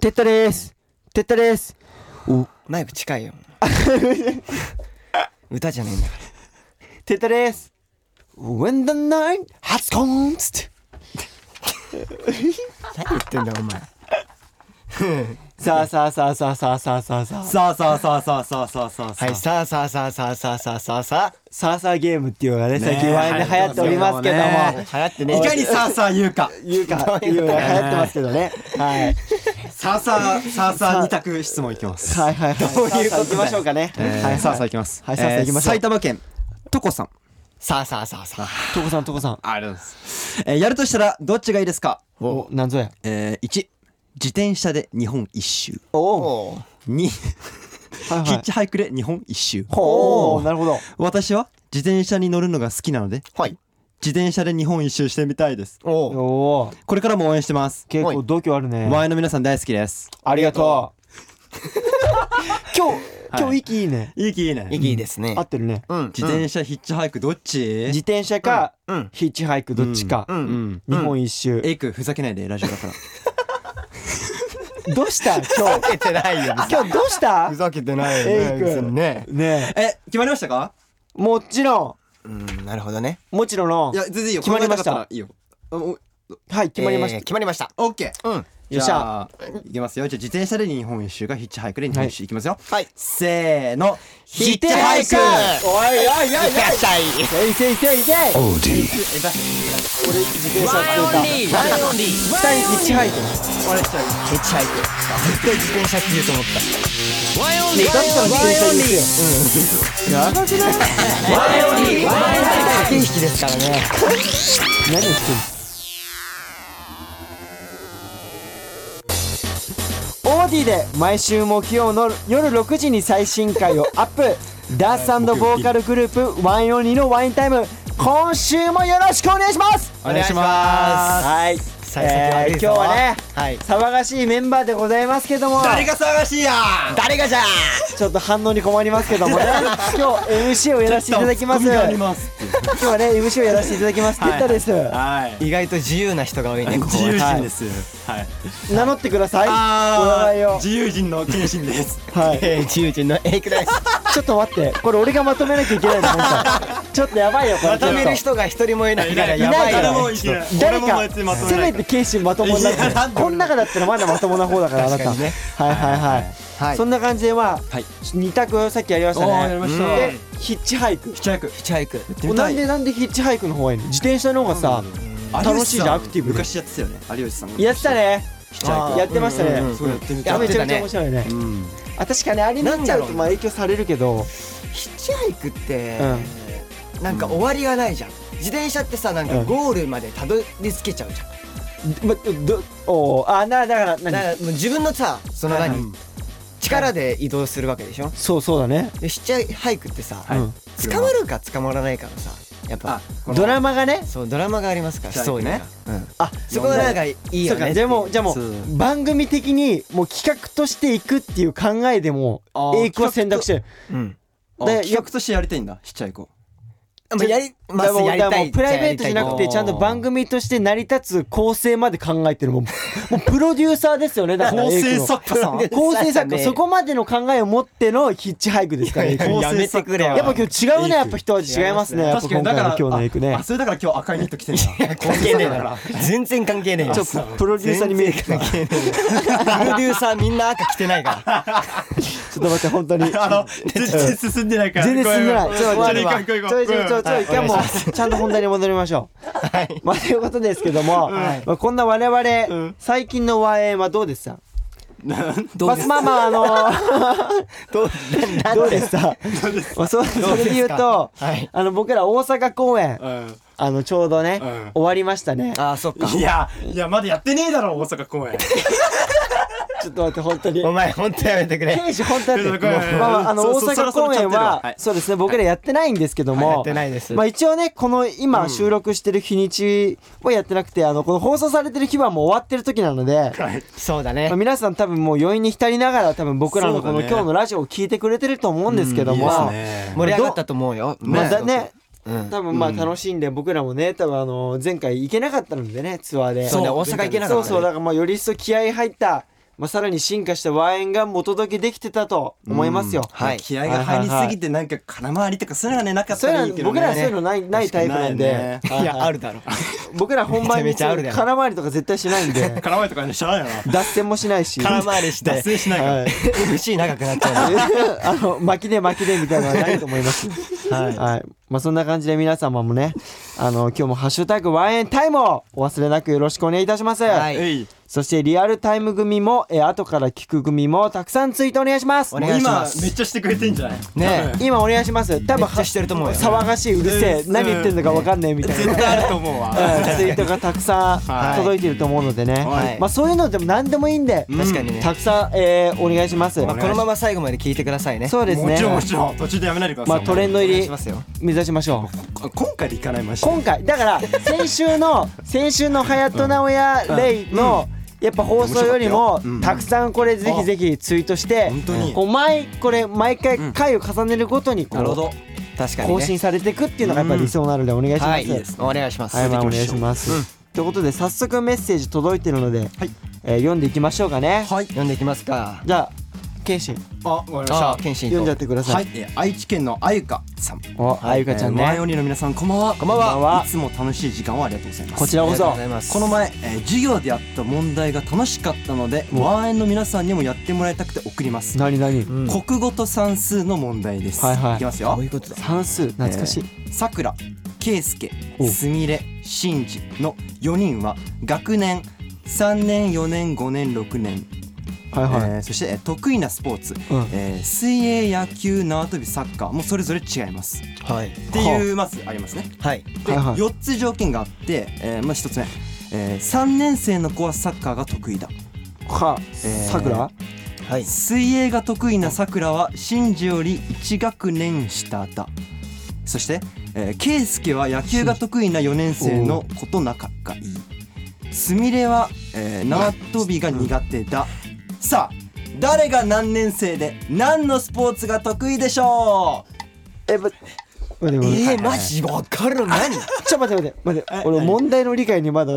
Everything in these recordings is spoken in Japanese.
てったですてったですおマイク近いよ歌じゃねえんだからてったです When the night has gone つって何言ってんだお前さあさあさあさあさあさあさあさあさあさあさあさあさあさあさあはいさあさあさあさあさあさあさあささあさあゲームっていうのがね最近ワインで流行っておりますけどもあ流行ってねいかにさあさあ言うか言うかっていうのが流行ってますけどねはいさあさあさあさあ二択質問いきますはいはいはいどういうことだよ行きましょうかねはえいーはいさあさあいきますはいさあさあいきましょうえー埼玉県とこさんさあさあさあさあとこさんとこさんありがとうございますえーやるとしたらどっちがいいですかおなんぞやえー1自転車で日本一周おおおう2はいヒはッいチハイクで日本一周おおなるほど私は自転車に乗るのが好きなのではい自転車で日本一周してみたいですおうおおこれからも応援してます結構度胸あるねワイの皆さん大好きですありがとう今日今はい日息いいねいい気いいねいいですね合ってるねうん自転車ヒッチハイクどっち自転車か うんヒッチハイクどっちかうんうん日本一周エイクふざけないでラジオだからどうした今日けてないよ今日どうしたふざけてないエイ君別にねねえ決まりましたかえもちろうんなるほどねんもちろんのいや全然いいよ決まりました考えなかったらいいよあおはい決まりましえーた決まりましたオッケーうんじゃあいきますよじゃあ自転車で日本一周かヒッチハイクで日本一周いきますよはいせーのヒッチハイクおいおいおいおいいらっしゃいいせいせいせい俺自転車ってたワンオンリー下にヒッチハイクヒッチハイク絶対自転車って言うと思ったねだったら自転車に行くよやばくない駆け引きですからね何をしてるオーディで毎週木曜の夜6時に最新回をアップダンスボーカルグループワンオンリーのワインタイム今週もよろしくお願いしますお願いしますはい、幸先え悪いー今ぞ日はねはい騒がしいメンバーでございますけども誰が騒がしいや誰がじゃちょっと反応に困りますけ どもね今日 MC をやらせていただきますツッコミがあり今ます日はね MC をやらせていただきます哲太です、はい意外と自由な人が多いねここ自由は人ですはい名乗ってくださいお名あ前ーを自由人の謙信ですはいえー自由人のエイクですちょっと待って、これ俺がまとめなきゃいけないの、本当。ちょっとやばいよ、これ。まとめるちょっ人が一人も いないからやばいないい誰からよもいないと誰俺もか、別にまとせなめいてケイシンまともになっていやなる。んで俺この中だったらまだまともな方だから、あなた。確かはいにねはいはい。はいそんな感じで、まあ、はい二択さっきやりましたおーやりね。ましたで、ヒッチハイク。ヒッチハイクヒッチハイクみなたいんでなんでヒッチハイクの方がいいの自転車の方がさ、楽しいじゃん、アクティブで。昔やってたよね有吉さんがやってたね。ヒッチハイクやってましたねうんうんうんそうやってみたやいめめてちたゃめちゃね面白いね。うんあ、確かにあれになっちゃうなんだろと、うまあ影響されるけど。ヒッチハイクってなんか終わりがないじゃん自転車ってさなんうかんゴールまでたどり着けちゃうじゃんま、ど、おーあ、な、だから、だか何らもう自分のさそのう何ん力で移動するわけでしょそうそうだね。でヒッチハイクってさうん捕まるか捕まらないかのさやっあぱこのドラマがね、そうドラマがありますからヒッチハイクねストーリーがうんあそこがなんかいいよそうかねじゃあもうじゃあもそう番組的にもう企画としていくっていう考えでもあー英語は選択してるうんあで企画としてやりたいんだヒッチハイクをまあやりまだからすもうやりだかたらもいうプライベートじゃなくやりたていとちゃんと番組として成り立つ構成まで考えてるもうもうプロデューサーですよねだから構成作家さ英ん語の構成作構成作家家ねそこまでの考えを持ってのヒッチハイクですからい英や語構いや成やめてくれよやっぱ今日違うねやっぱ人は違いますねやっぱ確今かにだ回からの今日のエイクあねあそれだから今日赤いニット着てんだ関係ねえだろ全然関係ねえよちょっとプロデューサーに見えるからちょプロデューサーみんな赤着てないからっと待って本当 にあの全然進んでないから全然進んでない。ちょっと待待ってちょいちょいちょいちょい、一回もう、ちゃんと本題に戻りましょう。はい。まあ、ということですけども、まあこんな我々、最近の和縁はどうですかまあまあまあ、あのー、 どうですかまあそうそれで言うと、はいあの、僕ら大阪公演、あの、ちょうどねん、終わりましたね。ああそっかいやいやまだやってねえだろ大阪公演ちょっと待って、本当にお。前ほんとやめてくれ刑事本当だって、いやいやいやまあまあ、あのそ大そそ阪ろそろ公演ちゃんとやってるわは、はいそうですね、僕らやってないんですけども。はいやってないですまあ、一応ね、この今収録してる日にちはやってなくて、あの、この放送されてる日はもう終わってる時なので。そうだまあね皆さん多分もう余韻に浸りながら多分僕らのこそのうだね今日のラジオを聞いてくれてると思うんですけども、盛り上がったと思うよまあだねね、多分まあ楽しんで僕らもね多分あの前回行けなかったのでねツアーでそうね大阪行けなかったねそうそうだからまあより一層気合い入ったまあ、さらに進化した和円がもうお届けできてたと思いますよ。はい、気合が入りすぎてなんか空回りとかそういうのがねなかっそうたいうのはいらいけど、僕ね、らはそういうのないないタイプなんで、確いやあるだろ僕ら本番にめちゃめちゃあるだろ空回りとか絶対しないん で空回りとかねし ゃあないよ脱線もしないし空回りして脱線し ないから、はい FC 長くなっちゃう あの巻きで巻きでみたいなのはないと思い ます。はい、まあそんな感じで皆様もね、あの今日もハッシュタグワンエンタイムをお忘れなくよろしくお願いいたします。はえいそしてリアルタイム組も、えー後から聞く組もたくさんツイートお願いします。お願いしますもう今めっちゃしてくれてんじゃないねね今お願いします。多分めっちゃしてると思うよ騒がしいうるせえ、うん何言ってんのかわかんねえみたいな。絶対あると思うわうんツイートがたくさんはい届いてると思うのでね、はいまあそういうのでも何でもいいんで、確かにねたくさん、えーお願いします、まあ、このまま最後まで聞いてくださいねそうですねもちろんもちろん途中でやめないでくだまさいあ、トレンド入お願いりしますよ目指しましょうこ今回でいかないました今回だから先週の先週の「はやとなおやレイ」のやっぱ放送よりも面白かったようんたくさんこれぜひぜひツイートして本当にこう毎これ毎回回を重ねるごとにこなるほうど確かにね更新されていくっていうのがやっぱ理想なのでお願いします。はいいいですお願いします、はい、まあお続願いきしましょうます。ということで早速メッセージ届いてるので、えー読んでいきましょうかね。はい読んでいきますかじゃあ謙信あわかりましあたあ謙信読んじゃっとてくださ。はいい、えー愛知県のあゆかさんおあゆかちゃんえーワイねオ。ニの皆さんこんばんはこんばんはいつも楽しい時間をありがとうございますこちらこそ。ますこの前、えー授業でやった問題が楽しかったのでワンエンの皆さんにもやってもらいたくて送ります、なになに。国語と算数の問題です、はいはいきますどよういうことだ算数懐かしい。さくらけいすけおすみれしんじの4人は学年3年4年5年6年、はいはい。えーそして、えー得意なスポーツ、うんえー水泳野球縄跳びサッカーもそれぞれ違いますっはいていうまずありますねはいで、はいはい4つ条件があって、えーまず1つ目、え3年生の子はサッカーが得意だはーさくら。はい水泳が得意なさくらはシンジより1学年下だそして、えー、ケイスケは野球が得意な4年生の子と仲がいいすみれは、えー縄跳びが苦手ださあ誰が何年生で何のスポーツが得意でしょうえま。待って待ってえー、マジわかる何ちょ待って待って待って俺問題の理解に まだ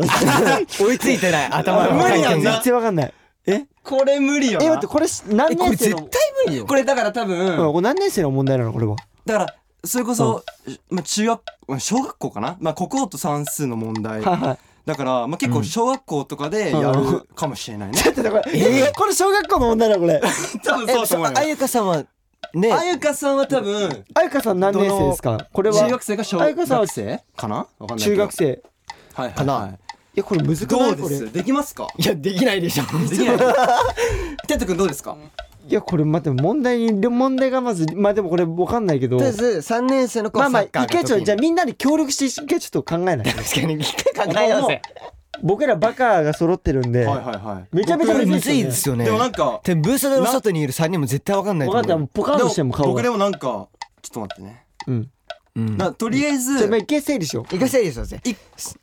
追いついてない頭が無回理や転んがな全然わかんないえこれ無理よえ待ってこれ何えこれ年生絶の対無理よこれだから多分、うんこれ何年生の問題なのこれはだからそれこそ、まあ、中学まあ小学校かな、まあ、国語と算数の問は題いはいだから、まあ、結構小学校とかでやうるかもしれないね、 ちょっと待ってこれえこれ小学校の問題なのこれ多分そうだと思うよえあゆかさんはねあゆかさんは多分あゆかさん何年生ですかこれは中学生か小あゆかさんは学生かなわかんないけど中学生はいはいかなはいやこれ難くいどなういこでれすできますかいやできないでしょできないテッド君どうですかいやこれ待って問題にで問題がまずまあでもこれわかんないけどとりあえず3年生の子まあはサまあッカー一が得意回ちょっとじゃあみんなで協力して一回ちょっと考えない確かに一回考えようぜ僕らバカが揃ってるんではいはいはいめちゃめちゃこれむ難ずしいいでですすよねでもなんかでブースの外にいる3人も絶対わかんない分とか思っうたもうポカンとしてでもも顔僕でがもなんかちょっと待ってねうんうんなとりあえじゃあまあず一回整理しよ行かせるよ先い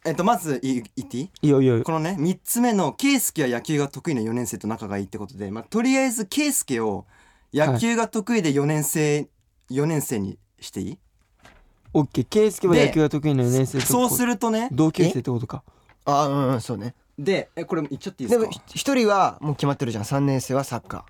えっとまずい言っていいういいよいいよこのね3つ目の圭介は野球が得意な4年生と仲がいいってことで、まあ、とりあえず圭介を野球が得意で4年生、四年生にしていいオッケー圭介はで野球が得意な4年生そうするるとね同級生ってことかあうんうんそうねでえこれも言っちゃっていいでですもか一人はもう決まってるじゃん3年生はサッカ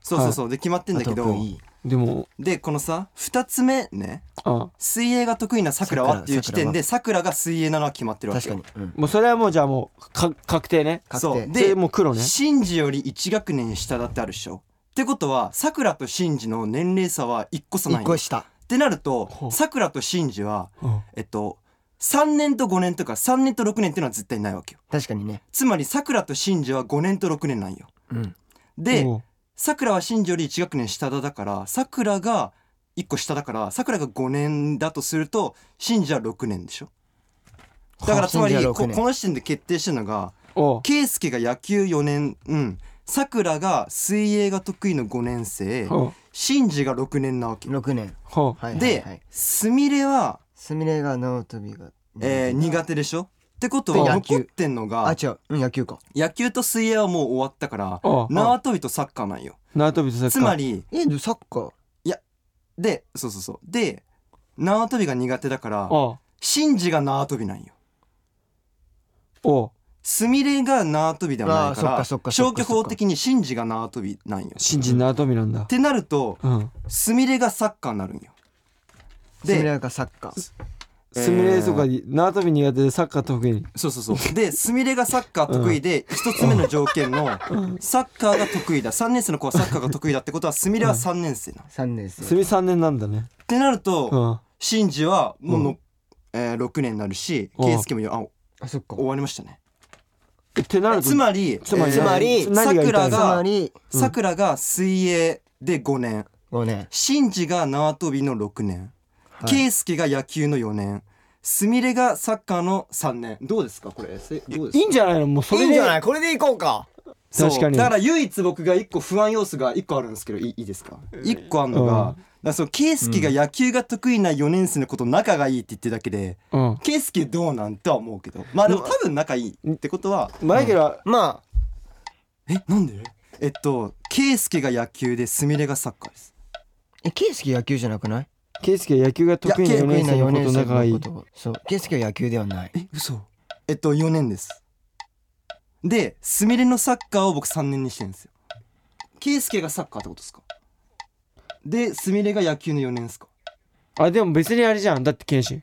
そうそうそうで決まってんーだけあとど得意でもでこのさ2つ目ねあ水泳が得意なさくらはっていう時点でさくらが水泳なのは決まってるわけ確かよにうんもうそれはもうじゃあもうか確定ね確定そうででもう黒ねシンジより1学年下だってあるでしょってことはさくらとシンジの年齢差は1個差な1いの個っ下てなるほとうさくらとシンジはうんえっと、3年と5年とか3年と6年っていうのは絶対ないわけよ。確かにねつまり、さくらとしんじは5年と6年なんよ。うんで、おうさくらはしんじより1学年下だだから、さくらが1個下だから、さくらが5年だとすると、しんじは6年でしょ。だからつまり、はあ信こじはこ6年の時点で決定してるのが、おうけいすけが野球4年、うん、さくらが水泳が得意の5年生、おうしんじが6年なわけよ。 6年おうはいはいはいで、すみれは、すみれが縄跳びがえー苦手でしょってことでは野球残ってんのがあ違ううん野球か野球と水泳はもう終わったからおう縄跳びとサッカーなんよ縄跳びとサッカーつまりえでもサッカーでそうそうそうで縄跳びが苦手だからおうシンジが縄跳びなんよおうすみれが縄跳びではないからあーそっかそっかそっ消かそ去っか法的にシンジが縄跳びなんよ。っ新人縄跳びなんだ。てなるとうん。すみれがサッカーになるんよ。で、でなんかサッカー。スミレとか縄跳び苦手でサッカー得意。そうそう そうでスミレがサッカー得意で一つ目の条件のサッカーが得意だ3年生の子はサッカーが得意だってことはスミレは3年生なの。っ三年ス生。ミ三年なんだね。てなるうとん。シンジはもううの、えー6年になるしうん圭介もよああ、そっか終わりましたね。ってなるとつまりつまりえーつまり何が言いたい桜のつがまり、うんさくらが水泳で5年五年。シンジが縄跳びの6年い圭介、が野球の4年すみれがサッカーの3年どうですかこれせどうですいいんじゃないのもうそいいれんでじゃないこれでいこうか。そう確かにだから唯一僕が1個不安要素が1個あるんですけどいいいいですか1個あるのが、うんだからその圭介が野球が得意な4年生のこと仲がいいって言ってるだけでうん圭介どうなんとは思うけどまあでも多分仲いいってことはマイケルはまあ、えなんでえっと圭介が野球ですみれがサッカーですえ、ケイスケ野球じゃなくない圭介が野球が得意な4得意年な生のこ四と年生仲がいのいこと。そう。ケイスケは野球ではない。え嘘えっと4年ですでスミレのサッカーを僕3年にしてるんですよ圭介がサッカーってことですかでスミレが野球の4年ですかあでも別にあれじゃんだって剣心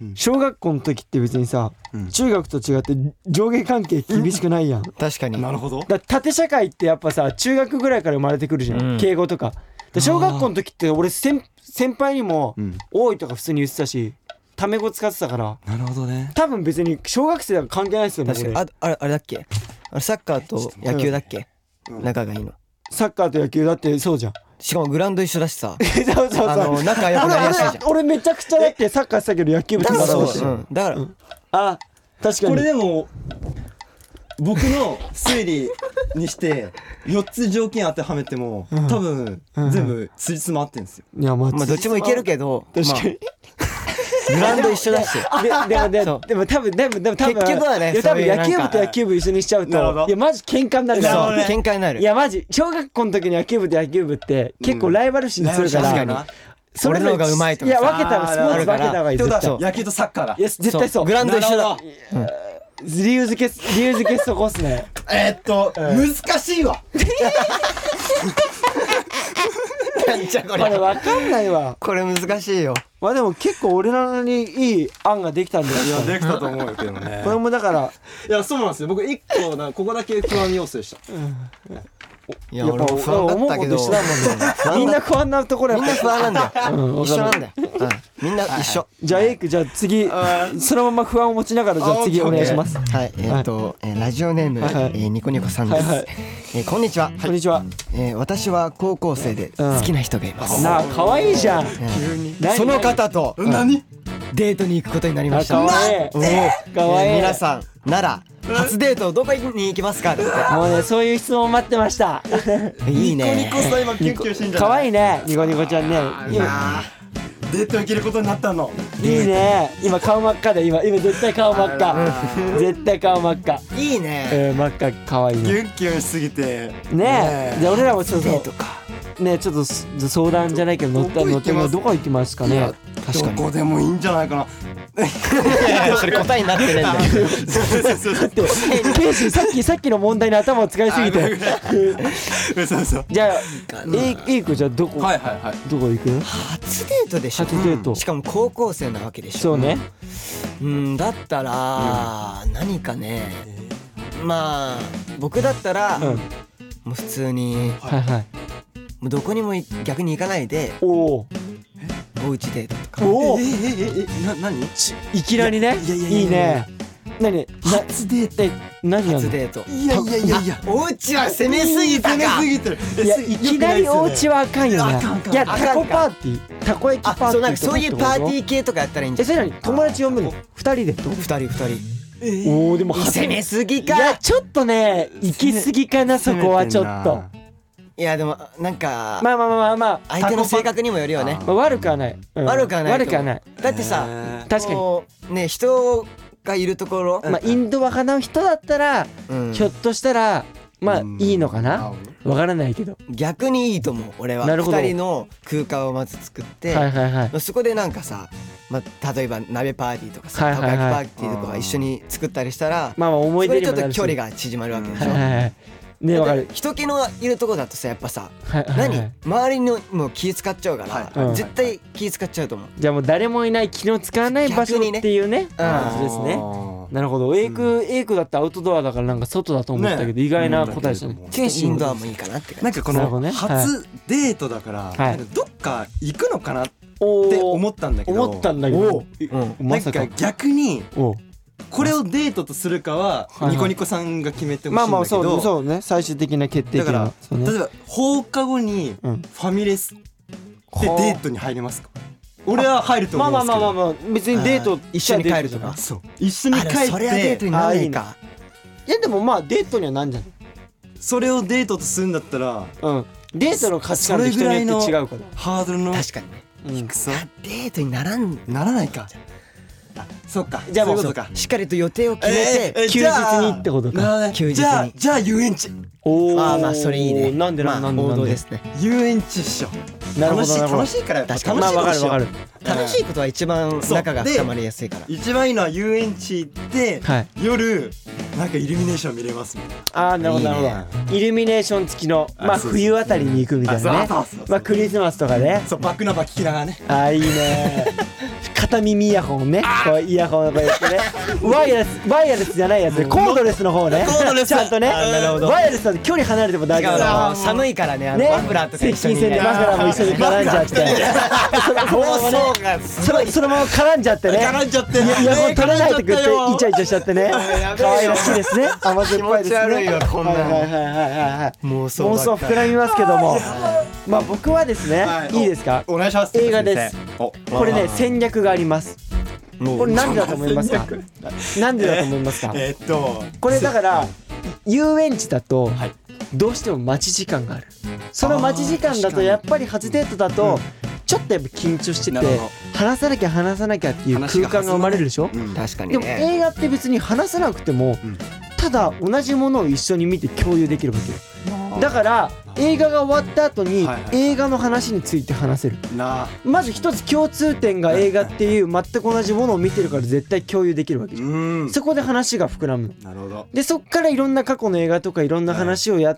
うん小学校の時って別にさ中学と違って上下関係厳しくないやん だか確かに。るほどら縦社会ってやっぱさ中学ぐらいから生まれてくるじゃうんん敬語とかで小学校の時って俺先先輩にもうん「多い」とか普通に言ってたしタメ語使ってたからなるほどね多分別に小学生だから関係ないですよね確か俺に。あ、あれ、あれだっけあれ、サッカーと野球だっけうん仲がいいの。サッカーと野球だってそうじゃんしかもグラウンド一緒だしさ。 そうそうそうあの、仲良く俺なりやすいじ俺俺めちゃくちゃだってサッカーしたけど野球部ゃん。まだそだうしそう。うんだから、あ確かにこれでも僕の推理にして4つ条件当てはめても多分全部つりつま合ってるんですよいやまあまあ、どっちもいけるけど、確かに、まあグラウンド一緒だし。でででそうでも多分でもでも多分結局はねいや多そう分いうなん野か球部と野球部一緒にしちゃうなるほどといやマジ喧嘩になるからなるほどそうね喧嘩になるいやマジ小学校の時に野球部と野球部って結構ライバル心強いから、ライバル心確かに俺の方が上手いとかいやさ分けたらスポーツ分けた方がいっいてこ絶と対は野球とサッカーだいや絶対そうグラウンド一緒なるだほど理由付け理由付けそこっすねえーっと難しいわなんじゃここれれ分かんないわこれ難しいよまあでも結構俺なのにいい案ができたんですいよやできたと思うよけどねこれもだからいやそうなんですよ僕一個なここだけ不安要素でしたいややっぱ俺も不安だったけど思うこと一緒 みんな不安なところやみっんぱな不安なんだうんよわ一緒かなんるだようんみんな一緒じゃあエイクじゃあ次そのまま不安を持ちながらじゃあ次あおオッ願ケーいしますはいえっとえーラジオネームえはいはいーニコニコさんではいはいすえーこんにちはこんにちはえー私は高校生で好きな人がいますなあ可愛いじゃん何その方と何デートに行くことになりましたあかわいいおーかわいいえー皆さんなら初デートどこに行きますかってもうねそういう質問待ってましたいいねニコニコさん今キュンキュンしてんじゃない可愛いねニコニコちゃんね今あーデート行けることになったのいいね今顔真っ赤で今今絶対顔真っ赤絶対顔真っ赤いいねえー真っ赤可愛いキねュンキュンしすぎてねえじゃあ俺らもちょっデーとトかねちょっとす相談じゃないけど乗ったどこ乗行っきてますどこ行きますかね確かにどこでもいいんじゃないかなそれ答えになって ねえんだよそうそうそうって天心さっきさっきの問題に頭を使いすぎて そうそうじゃあエイクじゃあどこはいはいはいどこ行く初デートでしょ初デートしかも高校生なわけでしょそうねうんだったら、何かねまあ僕だったら、うんもう普通にはいはいもうどこにもい逆に行かないでおおおうちデートとかおおえええええな何いきなりねいやいやいやいいね何初デート何やん初のデートいやいやいやいやおうちは攻めすぎ攻たかめすぎてるえいやすいきなりお家はあかんよねあかんあかんいやあかんあタかんコパーティーたこ焼きパあーティーそうなんかそういうとかパっーてテことィー系とかやったらいいんじえゃそれなに友達呼ぶの二人でってこん二人二人とおおでも攻めすぎいやかちょっとね行き過ぎかなそこはちょっといやでもなんか、まあまあまあまあまあ相手の性格にもよるよねまあ悪くはない、うん悪くはないと悪思うくはないだってさ、えー確かにこうね人がいるところ、まあインドア派の人だったら、うんひょっとしたらまあいいのかなわからないけど逆にいいと思う俺はなるほど二人の空間をまず作って、はいはいはいまあそこでなんかさ、まあ、例えば鍋パーティーとかはさいたはいこはい焼きパーティーとか一緒に作ったりしたら、まあまあ思いそ出こでにもちょっなとるし距離が縮まるわけでしょ、はいはいはいねわかるだって人気のいるとこだとさやっぱさはいはいはい何周りのもう気使っちゃうかはいうらん絶対気使っちゃうと思うじゃあもう誰もいない気の使わない場所逆にねっていうねあ感じですねなるほど A 区 A 区だってアウトドアだからなんか外だと思ったけど意外な答えでしたね天使インドアもいいかなって感じなんかこなるほのどね初デートだから、いなんかどっか行くのかなっおてー思ったんだけど思ったんだけどうんまなんさかか逆におこれをデートとするかははいニコニコさんが決めてほしまいあんだまあけど、そうそうね最終的な決定だ権かはら、そうね例えば放課後にフうんァミレスでデはあートに入れますか俺は入るとま思あうんでますあまあけどまあまあ別にデートあー一緒に帰るとかそう一緒に帰あらってそれはデートにならないかいやでもまあデートにはなんじゃないそれをデートとするんだったらうんデートの価値観ってそれ人ぐらいにのよって違うからハードルの確かにねうん低さデートにならんならないかあそっかじゃあもうそういうことかしっかりと予定を決めて休日にってことかなるほどね休日にじゃあじゃあ遊園地おーああまあそれいいねなんでなんでなんでまなあん王道でですね遊園地っしょなるほどなるほど楽しい楽しいからやっぱ確かに楽まあしいこわとかしるよわうかる楽しいことは一番そう仲がで深まりやすいから一番いいのは遊園地行って、はい夜なんかイルミネーション見れますみたいなああなるほどなるほどイルミネーション付きのまあそうそう冬あたりに行くみたいなあねそうそうそうまあクリスマスとかねそうバックナンバー聞きながらねああいいね片耳イヤホンねこうイヤホンをこうやってねワイヤレスワイヤレスじゃないやつねコードレスの方ねコードレスちゃんとねあなるほどワイヤレスだと距離離れても大違丈う夫だなもう寒いからねあのねマフラーとか接一近緒に戦でねマフラーも一緒に絡んじゃってそ の暴そのままね走がすそごいのそのまま絡んじゃってね絡んじゃっていやイヤホン取らないとくってイチャイチャしちゃってねやべえよ可愛らしいですね甘酸っぱいですね気持ち悪いわこんなのはいはいはいはいはいはい妄想ば妄っか想膨りらみますけどもまあ僕はですねはいいいですかお願いします映画です先生おこれね戦略がありますこれなんでだと思いますかなんでだと思いますかえーっとこれだから遊園地だとはいどうしても待ち時間があるその待ち時間だあとーやっぱり初デートだとちょっとやっぱ緊張してなるてほ話さなきゃ話さなきゃっていう空間が生まれるでしょうん確かにでもね映画って別に話さなくても、うんただ同じものを一緒に見て共有できるわけよだから映画が終わった後にはいはい映画の話について話せるなあまず一つ共通点が映画っていう全く同じものを見てるから絶対共有できるわけうじゃんんそこで話が膨らむなるほどでそっからいろんな過去の映画とかいろんな話をや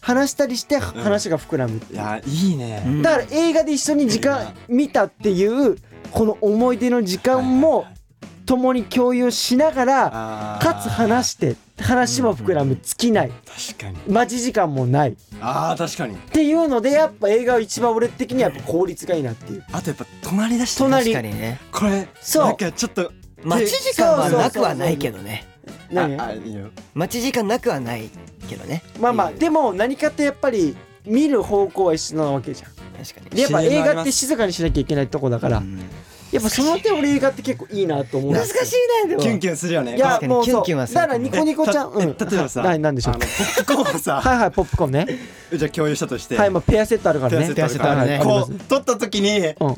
話したりして話が膨らむいやいいねうんだから映画で一緒に時いいな間見たっていうこの思い出の時間も共に共有しながらかかつ話して話も膨らむ尽きない確かに待ち時間もないっあー確かにていうのでやっぱ映画は一番俺的にはやっぱ効率がいいなっていうあとやっぱ隣だし隣確かにねこれそうなんかちょっと待ち時間はなくはないけどね何ああいいよ待ち時間なくはないけどねまあまあうんでも何かってやっぱり見る方向は一緒なわけじゃん確かにでやっぱ自映然があ画りまっすて静かにしなきゃいけないとこだからやっぱその点俺映画って結構いいなと思うんです懐かしいねでキュもンキュンするよねいや確かにもうキュそンキュンうはだするからニコニコちゃんえうんた例えばさ、はいなんでしょうあのポップコーンをさ、はいはいポップコーンねじゃあ共有したとして、はいまあペアセットあるからねペアセットあるからはいこありうま取った時に、すうん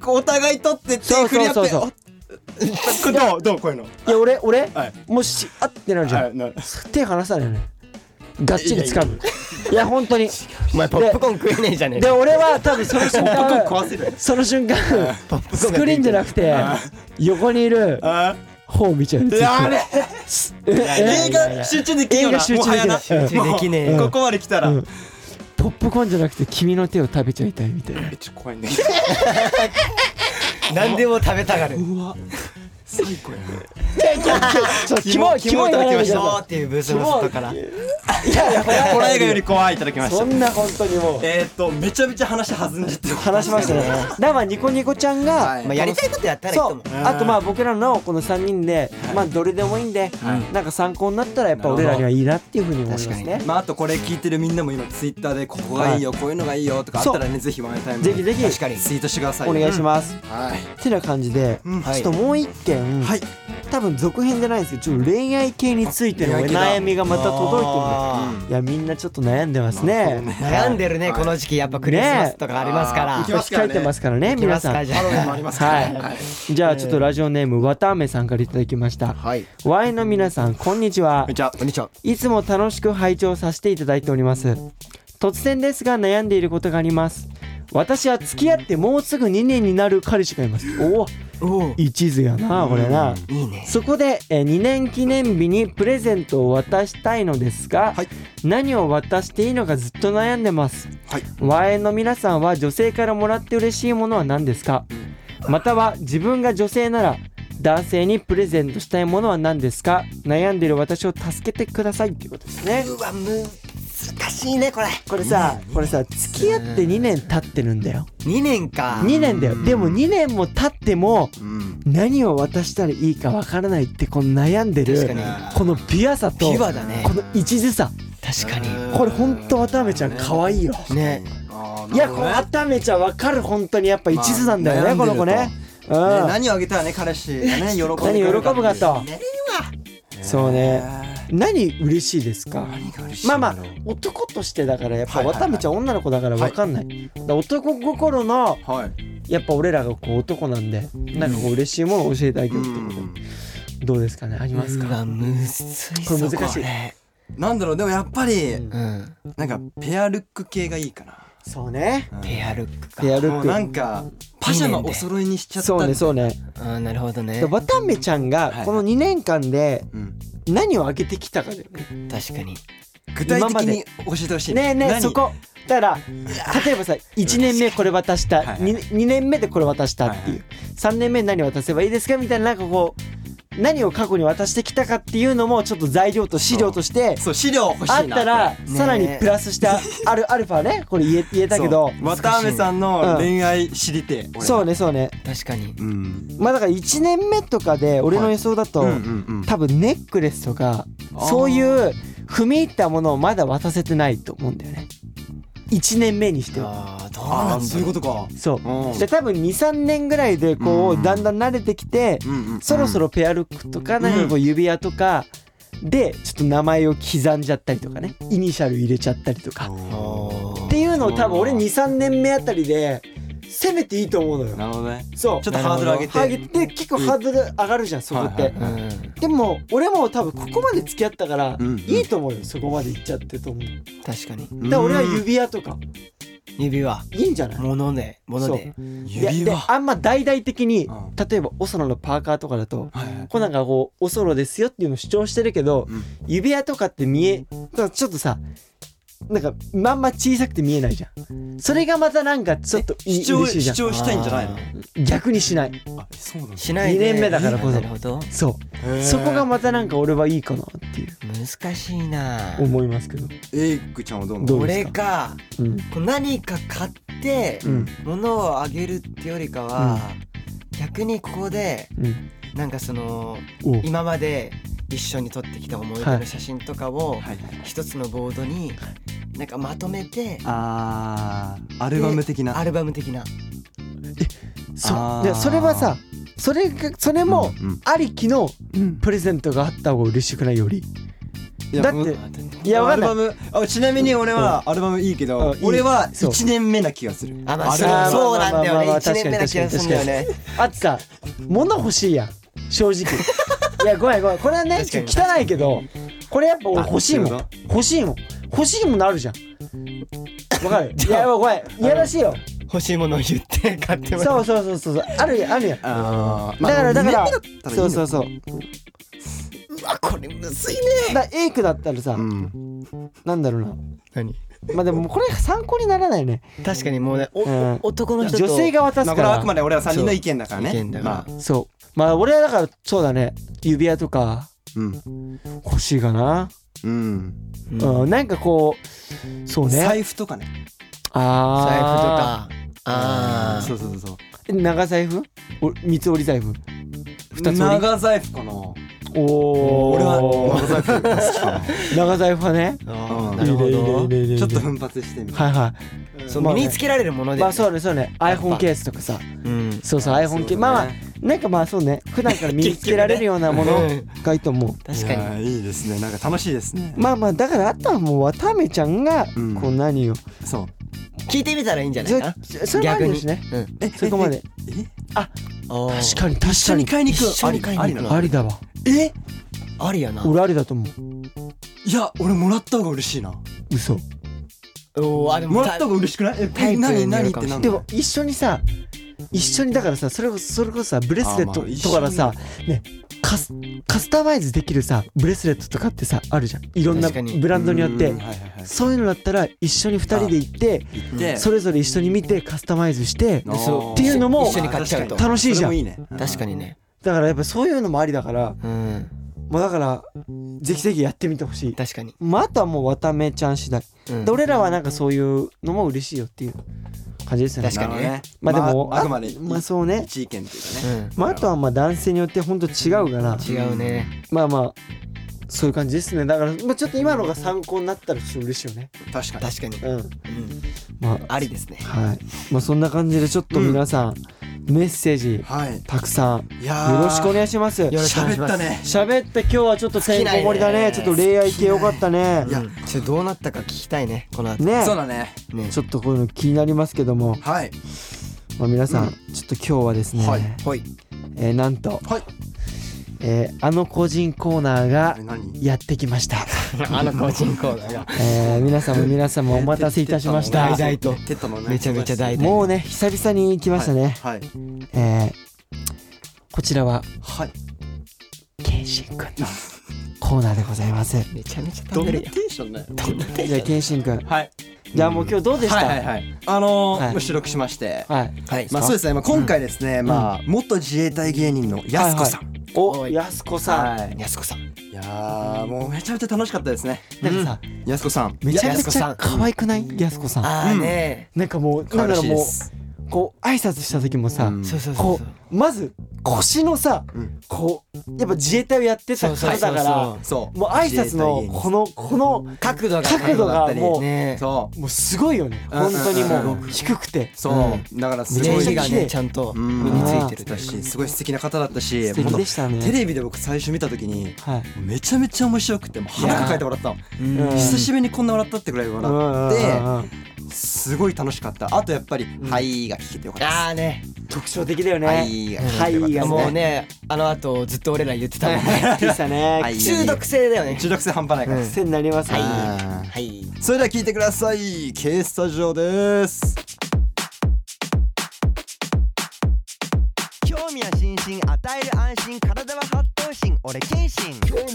こうお互い取って手そう振り合そっうて、そうそうおどうどうこういうの、いや俺俺はいもうしあってなるじゃんはいなる手離さないよねがっちり掴むいや本当にお前ポップコーン食えねえじゃねえでか俺は多分その瞬間壊せる。その瞬間プコーンが出てきたスクリーンじゃなくて横にいるあ方を見ちゃうーあれええ映画集中できるよ映な。画集中できないもう早な集中できねえもうここまで来たら、うんポップコーンじゃなくて君の手を食べちゃいたいみたいなえちょっと怖いんだけど。何でも食べたがる うわ最高やね。ちょキモいキモいキモい言わないでくだそうさっていうブースの外からいいやいやほらホラー映画より怖いいただきましそた。んな本当にもうえーっとめちゃめちゃ話弾んじゃって話しましたねだからニコニコちゃんはがいまあやりたいことやったらいいとそう思ううんあとまあ僕らのこの3人でまあどれでもいいんではいなんか参考になったらやっぱ俺らにはいいなっていうふうに思いますなるねまああとこれ聞いてるみんなも今ツイッターでここがいいよ、こういうのがいいよとかあったらねぜひマネタイムぜひぜひ確かにツイートしてくださいお願いしますす、はいってな感じでうんちょっともう一件件、はい多分続編じゃないんですけどちょっと恋愛系についてのあお恋愛系悩だみがまた届いてあるんでいやみんなちょっと悩んでますね,、悩んでるね、はいこの時期やっぱクリスマスとかありますから、ねえ行行きま書いてますからねきま皆すさんかじゃあロウィンもありますからねはい、じゃあちょっとラジオネームわたあめさんからいただきましたはいワインの皆さんこんにちはこんにちはこんにちはいつも楽しく拝聴させていただいております突然ですが悩んでいることがあります私は付き合ってもうすぐ2年になる彼氏がいますおおおう一途やなこれないいねそこで、え2年記念日にプレゼントを渡したいのですが、はい何を渡していいのかずっと悩んでますはいワイエンの皆さんは女性からもらって嬉しいものは何ですかまたは自分が女性なら男性にプレゼントしたいものは何ですか悩んでいる私を助けてくださいっていうことですねうわむ難しいねこれこれさこれさ付き合って2年経ってるんだよ2年か2年だよでも2年も経ってもうん何を渡したらいいかわからないってこの悩んでる確かにこのピュアさとピュアだねこの一途さ確かにこれほんと渡辺ちゃん可愛いよねあーいやなるこほれどね渡辺ちゃんわかる本当にやっぱ一途なんだよね、まこあ悩の子んでるとねうんね何をあげたらね彼氏がね喜ぶ何喜ぶかとねそうね何嬉しいですか何が嬉しいまあんまだあろう男としてだからやっぱはいはい渡はい辺ちゃん女の子だからわかんない、だから男心のはいやっぱ俺らがこう男なんでなんかこう嬉しいものを教えてあげるってこと、どうですかねありますかうわむずいこれ難しいそれなんだろうでもやっぱりうんなんかペアルック系がいいかなそうねペアルックかペアルもうなッんかパジャマお揃いにしちクゃったそうねそうねあーなるほどね渡辺ちゃんがこの2年間でうん何を開けてきたかだよね確かに具体的に教えてほしいねえねえ何そこだから例えばさ1年目これ渡したはいはい 2, 二年目でこれ渡したっていう3年目何渡せばいいですかみたいななんかこう何を過去に渡してきたかっていうのもちょっと材料と資料としてそう資料欲しいなあったらえさらにプラスしたあるアルファねこれ言え言えたけど そう渡辺さんの恋愛知りてえ俺そうねそうね確かにうんまあだから1年目とかで俺の予想だとうんうんうん多分ネックレスとかあーそういう踏み入ったものをまだ渡せてないと思うんだよね1年目にしてはあーどうなあんあだそうろいううことかそううんで多分23年ぐらいでこううんだんだん慣れてきてうんうんそろそろペアルックとかうんなんかこう指輪とかでちょっと名前を刻んじゃったりとかねイニシャル入れちゃったりとかあっていうのを多分俺23年目あたりで攻めていいと思うのよなるほどねそうちょっとハードル上げて上げて結構ハードル上がるじゃんそこっはいてはーうんでも俺も多分ここまで付き合ったからうんうんいいと思うよそこまでいっちゃってと思うだか確かにら俺は指輪とか指輪いいんじゃない物で物でで指で輪あんま大々的にうん例えばオソロのパーカーとかだとはいはいこうなんかこうおそろですよっていうのを主張してるけどうん指輪とかって見えだからちょっとさなんかまんま小さくて見えないじゃんそれがまたなんかちょっとい主張嬉しいじ主ゃん張したいんじゃないの逆にしないあそうなんだしないで二年目だからこそなるほどそうへーそこがまたなんか俺はいいかなっていう難しいな思いますけどエイクちゃんはどうなどのう俺ですかかうんこう何か買ってうん物をあげるってよりかは逆にここでうんなんかそのお今まで一緒に撮ってきた思い出の写真とかをはいはい一つのボードになんかまとめてあーアルバム的なアルバム的なそあうでーそれはさそれがそれもうんありきのうんプレゼントがあった方が嬉しくないよりいやだってもういやわアかんルないバムあちなみに俺はアルバムいいけどうん俺はそう1年目な気がするあまあアそルうバムあーそうなんだよねまあまあまあ1年目な気がするんだよねあってさ物欲しいやん正直いやごめんごめんこれはね確かにちょっと汚いけどこれやっぱ俺欲しいもあそうんだ欲しいもん欲しいもんあるじゃんわかるいやごめんいやらしいよ欲しいものを言って買ってもらそうそうそうそうそうあるやんあるやんだあーまあからだか二ら年目だったらいいそのうそうそううわこれむずいねだから A 区だったらさうんなんだろうな何まあでもこれ参考にならないね確かにもうねうんお男の人と女性が渡まあすこかれはあくまらで俺ら3人の意見だからね意見だからまあそうまあ俺はだからそうだね指輪とかうん欲しいかなうんうんうんなんかこうそうね財布とかね財布とあかあそうそうそうそうー長財布お三つ折り財布二つ折り長財布かなおお俺は 長財布好き かな長財布はねああうんなるほどいいねいいねいいねいいねちょっと奮発してみたはいはそう身につけられるものいでまあそうねそうねやっぱ iPhone ケースとかさうんそうそう iPhone ケースまあまあなんかまあそうね普段から身につけられるようなものがいいと思う、確かいにやーいいですねなんか楽しいですねまあまあだからあとはもう渡辺ちゃんがうんこう何を、そう聞いてみたらいいんじゃないずかそれもありですねな、うん、えそこまでえ確かに確かに一緒に買いに行く一緒に買いに行くのありだわえありやな俺ありだと思ういや俺もらった方が嬉しいな嘘おーあでももらった方が嬉しくないえタイえプによ何る何っかてもしなれんでだも一緒にさ一緒にだからさそれこそそれこそさブレスレッあトまあとかからさ、ねカスカスタマイズできるさブレスレットとかってさあるじゃんいろんな確かにブランドによってうんはいはいはいそういうのだったら一緒に2人で行って行ってそれぞれ一緒に見てカスタマイズしてあーそうっていうのも一緒に買っちゃうとあ確か楽しいじゃんそれもいいねうん確かにねだからやっぱそういうのもありだからうんもうだからぜひぜひやってみてほしい、確かに、まあ、あとはもう渡辺ちゃん次第うんで俺らはなんかそういうのも嬉しいよっていう感じですよね確かになねるほまあどでも、ああくまでまあそうね一意見っていうかうねん、まあ、あとはまあ男性によって本当違うから違うねまあまあそういう感じですねだから、まあ、ちょっと今のが参考になったらちょっと嬉しいよね確かに確かに、うんうん、まあありですねはいまあそんな感じでちょっと皆さん、メッセージはいたくさんよいやーろしくお願いしますよろしくお願いし喋まったすね喋った今日はちょっとてんこ盛りだね尽きないねちょっと恋愛系よかったねいやうんちょっとどうなったか聞きたいねこの後ねそうだねねちょっとこういうの気になりますけども、はいまあ、皆さん、ちょっと今日はですね、はいはいえーなんと、はいえーあの個人コーナーが何やってきました、あの個人コーナーがえー皆さんも皆さんもお待たせいたしました大大とテッドのねめちゃめちゃ大もうね久々に来ましたね、はいえーこちらははいケンシンくんのコーナーでございますめちゃめちゃど食んべなるテやんンションだよじゃあケンシンくんはいじゃあもう今日どうでしたはいはいはいあのはいー収録しましてはいはいまあそうですねまあ今回ですねまあ元自衛隊芸人のやすこさんおやすこさん、いやすこさんいやーもうめちゃめちゃ楽しかったですねなんかさ、やすこさんめちゃやくすこちさゃん可愛くないやすこさんああねなんかもうなんだろうもうこう挨拶した時もさ、うんそうそうそうこそううまず腰のさ、うんこうやっぱ自衛隊をやってた方だからそうそうもう挨拶のこのこの角度がね角度がもうねそうもうすごいよねうん本当にもうんう低くてそうだからすめちゃめごち字ゃいがねちゃんとうん身についてるとだいうしすごい素敵な方だったし素敵でしたねテレビで僕最初見た時にはいめちゃめちゃ面白くてもう腹抱えて笑ったのうんうん久しぶりにこんな笑ったってぐらいうんうん笑うんうんってすごい楽しかったあとやっぱり「はい」が聞けてよかったああね特徴的だよねはいがはいがねもうねあの後ずっと俺ら言ってた もんねでしたはねい中毒性だよねです中毒性半端ないからうん癖になりますねはあーはいそれでは聞いてください K スタジオです興味は心身与える安心体は発動心俺謙信興味や心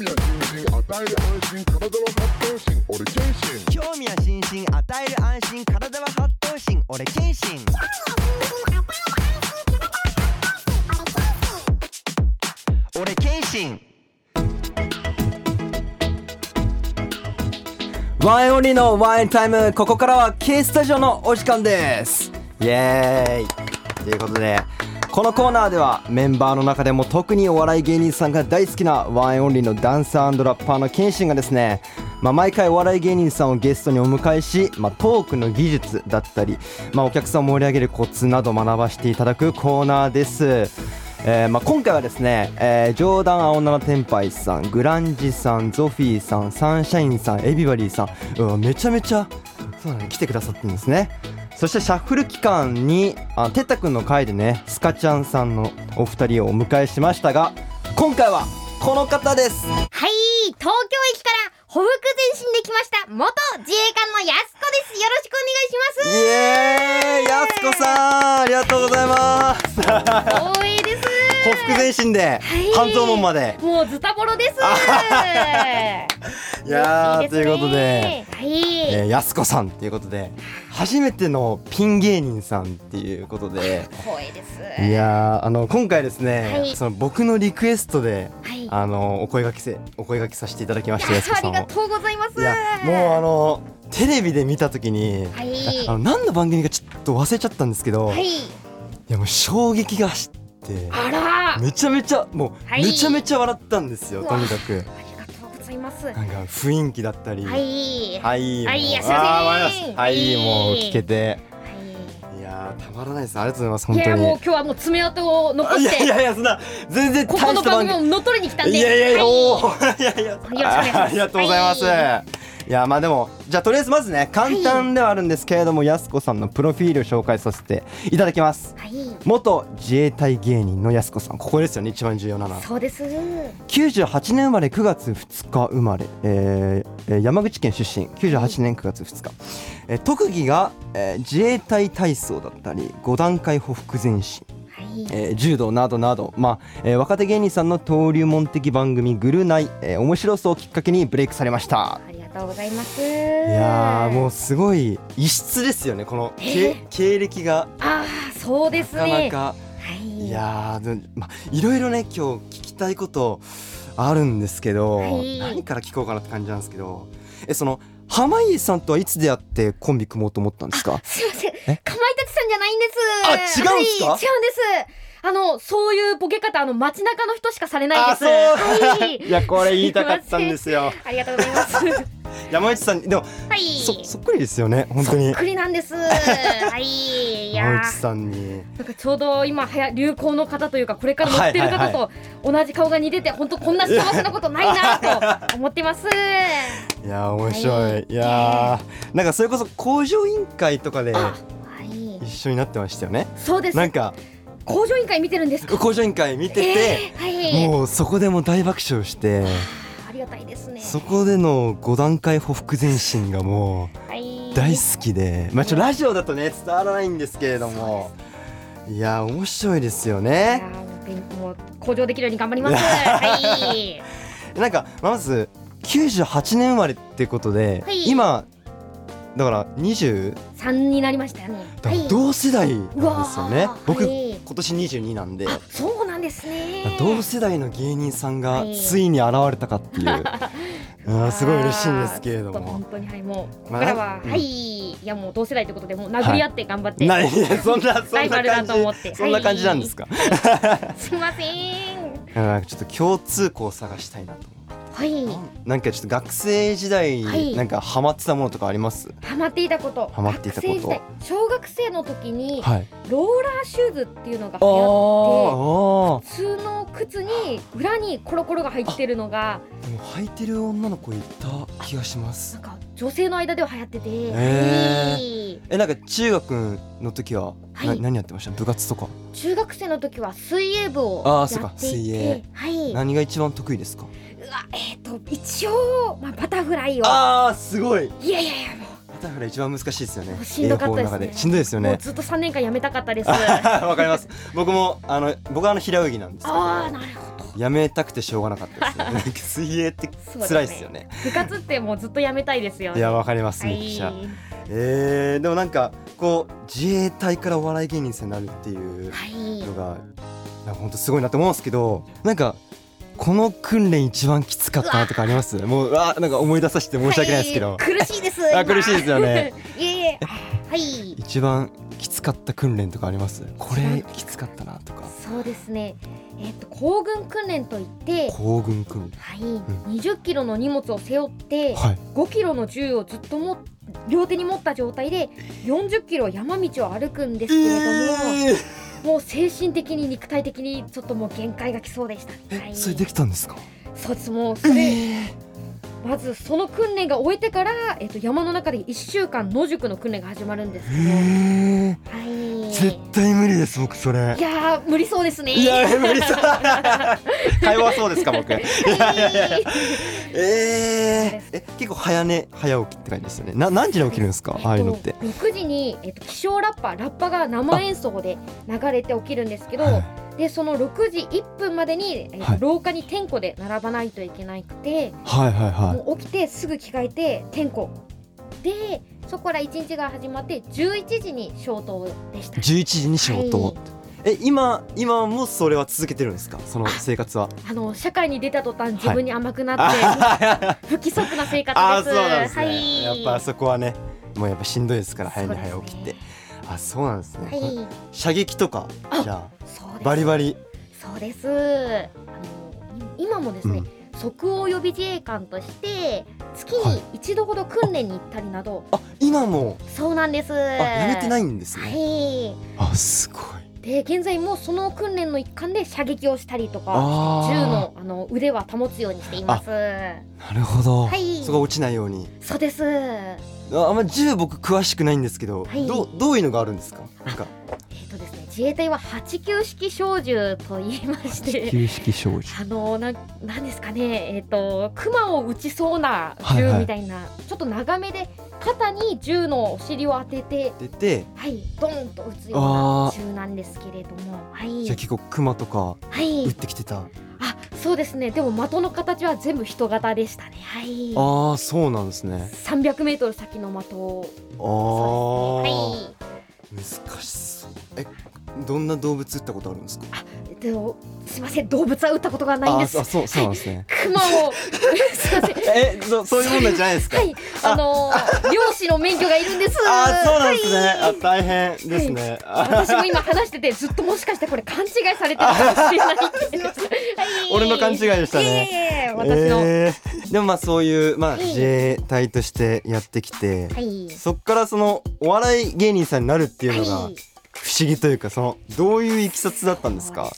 身与える安心体は発動心俺謙信興味は心身与える安心体は発動心俺謙信俺謙信ワインオンリーのワインタイムここからは K スタジオのお時間ですイエーイということでこのコーナーではメンバーの中でも特にお笑い芸人さんが大好きなワインオンリーのダンサーラッパーのケンシンがですね、まあ、毎回お笑い芸人さんをゲストにお迎えし、まあ、トークの技術だったり、まあ、お客さんを盛り上げるコツなど学ばせていただくコーナーですえーまあ、今回はですね、えー、ジョーダン青七天杯さんグランジさんゾフィーさんサンシャインさんエビバリーさんうわめちゃめちゃそうだね来てくださってるんですねそしてシャッフル期間にあてったくんの回でねスカちゃんさんのお二人をお迎えしましたが今回はこの方ですはい、東京駅からほふく前進できました元自衛官のやすこです。よろしくイエーイやすこさんありがとうございますお願いします。光栄です。ほふく前進ではい半蔵門までもうズタボロです。 いやー嬉しということでですね。はい。えー、やすこさんということで初めてのピン芸人さんっていうこと で光栄です。いやーあの今回ですね、はいその僕のリクエストで、はいあのお声がけせお声がけさせていただきましてやすこあさんりをがとうございます。いやもうあのテレビで見た時に、はいあの何の番組かちょっと忘れちゃったんですけど、、はいい。やもう衝撃が走ってあら。あめちゃめちゃもう、はいめちゃめちゃ笑ったんですようわとにかくりがとうございます。なはんか雰囲気だったり、い。はいもうはいいらっしゃいませあーわかりましたはい、はいもう聞けてはいややーたまらないですありがとうございいますや本もう当今日はもう爪痕を残にいやしいてやいやそんな全然ここ大のした番番組組を乗っ取りに来たんでいやいやいやおはー いやいやい、よろしくお願いしますありがとうございます。、はいやまあでもじゃあとりあえずまずね簡単ではあるんですけれども、やすこさんのプロフィールを紹介させていただきます。いはい元自衛隊芸人のやすこさんここですよね一番重要なのはそうです98年生まれ9月2日生まれ、えーえー山口県出身98年9月2日、えー特技が、えー自衛隊体操だったり5段階歩幅前進はいえー柔道などなど、まあえー若手芸人さんの登竜門的番組「ぐるナイ」えー面白そうをきっかけにブレイクされましたありがとうございますいやーもうすごい異質ですよねこのえけ経歴がああそうですなかなねかはいいやーでまあいろいろね今日聞きたいことあるんですけど、はい何から聞こうかなって感じなんですけどえその濱家さんとはいつ出会ってコンビ組もうと思ったんですかすいませんかまいえたちさんじゃないんですあ違うんすかはい、違うんですあのそういうボケ方あの街中の人しかされないですあそうはいいやこれ言いたかったんですよ ありがとうございますは山内さんにでもいそそっくりですよね本当にびっくりなんですはいいや山ー内さんになんかちょうど今はや流行の方というかこれから乗ってる方と同じ顔が似てて本当こんな幸せなことないなと思っ てますいやー面白い、はいい、やーなんかそれこそ工場委員会とかであはい一緒になってましたよねそうですなんか工場委員会見てるんですか工場委員会見てて、はいもうそこでもう大爆笑してありがたいですねそこでの5段階歩幅前進がもはい、う大好きでまあちょラジオだとね伝わらないんですけれどもいやー面白いですよいねやー勉強も向上できるように頑張ります。はい。なんかまず98年生まれってことで、はい今だから20三になりましたよね。だからはい同世代なんうわですよね、ー僕、はい今年22なんであ、そうなんですね。同世代の芸人さんがはいついに現れたかっていう、 うんすごい嬉しいんですけれどあーちょっもと本。当にはい、もうここまあからは、うんはい、いやもう同世代ということでもう殴り合って頑張って。ないいやそんなそライんバなルだ感とじ思ってそんな感じなんですか、すいません。なんかちょっと共通項を探したいなと思はい。うなんかちょっと学生時代はいなんかハマってたものとかありますハマっていたこと。ハマっていたこと学生時代小学生の時にはいローラーシューズっていうのが流あ行って。ーあ普通の靴に裏にコロコロが入ってるのがーでも履いてる女の子いた気がしまなすんか女性の間では流行ってて、へーはいえなんか中学の時は、はいな何やってました部活とか中学生の時は水泳部をあやーそうかってい水て泳はい、うわ何が一番得意ですかえっ、と一応まあバタフライをああすごいいやいやいやもバタフライ一番難しいですよね。しんどかった泳ですね法の中しんどいですよう,、もうね。ずっと三年間やめたかったです あわかります。僕もあの僕はあの平泳ぎなんですけあーど、なるほどやめたくてしょうがなかったですね。 なんか水泳ってそう辛いですよね。部活ってもうずっとやめたいですよいねやわかりますはめいっちゃ。えー、でもなんかこう自衛隊からお笑い芸人さんになるっていうはいのがなんか本当すごいなと思うんですけど、なんか。この訓練一番きつかったなとかありますもううわーなんか思い出させて申し訳ないですけど、はい苦しいですあ今苦しいですよねいえいえはい一番きつかった訓練とかありますこれきつかったなとかそうですねえっ、と行軍訓練といって行軍訓練はい、20キロの荷物を背負って、はい5キロの銃をずっとも両手に持った状態で40キロ山道を歩くんですけれども、えーもう精神的に肉体的にちょっともう限界が来そうでした。はい、それできたんですかそうですもうそれ、まずその訓練が終えてから、えっと、山の中で1週間野宿の訓練が始まるんですけど、えはい、絶対無理です僕それいやー無理そうですね。いや無理そう会話そうですか 僕えはいーえ結構早寝早起きって感じですよねな何時に起きるんですかああいうのってえっと6時に、えっと、気象ラッパラッパが生演奏で流れて起きるんですけど、はいでその6時1分までに、えっとはい廊下に点呼で並ばないといけなくて、はいはいはいもう起きてすぐ着替えて点呼でそこから1日が始まって11時に消灯でした11時に仕事、はいえ今今もそれは続けてるんですかその生活はあの社会に出た途端自分に甘くなって、不規則な生活ですあーそうなんですね、はいやっぱそこはねもうやっぱしんどいですから早寝早起きっそうて、であそうなんですね、はい射撃とかあじゃあそうですバリバリそうです。あの今もですね、うん即応予備自衛官として月に一度ほど訓練に行ったりなど、あ今もそうなんですあやめてないいんですはねいあすごいで現在もその訓練の一環で射撃をしたりとか銃あのあの腕は保つようにしていますはあなるほど、いそこ落ちないようにそうですえああんま銃僕詳しくないんですけど、はいどうどういうのがあるんですかなんかっとですね自衛隊は89式小銃と言いまして旧式少女あのなんなんですかねえっ、と熊を撃ちそうなはいは銃いみたいな、ちょっと長めで肩に銃のお尻を当てて出てはいドンと撃つような銃なんですけれどもはいじゃあ結構熊とかはい撃ってきてた、あそうですねでも的の形は全部人型でしたねはいああそうなんですね300メートル先の的をああ、そうですね難しそうえどんな動物撃ったことあるんですかはいでもすいません動物は撃ったことがないんですああそうそうなんですね熊をすいません えそそういう問題じゃないですか はいあのー、漁師の免許がいるんですあそうなんですね、はいあ大変ですね、あ私も今話しててずっともしかしてこれ勘違いされてるかもし れないっていう、はい、俺の勘違いでしたねいえいえ私の、え ーでもまあそういう、まあ、はい自衛隊としてやってきて、はいそっからそのお笑い芸人さんになるっていうのがはい不思議というかそのどういういきさつだったんですか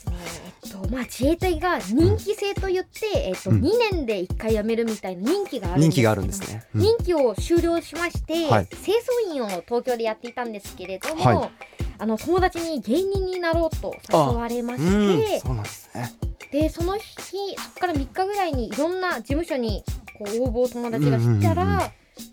そうですねえっとまあ、自衛隊が任期制といって、えっと、2年で1回辞めるみたいな任期があるんですけど人気があるんですね、うん任期を終了しまして、はい清掃員を東京でやっていたんですけれども、はあの友達に芸人になろうと誘われましてそうなんですねでその日そこから3日ぐらいにいろんな事務所にこう応募を友達がしたら、うんうんうん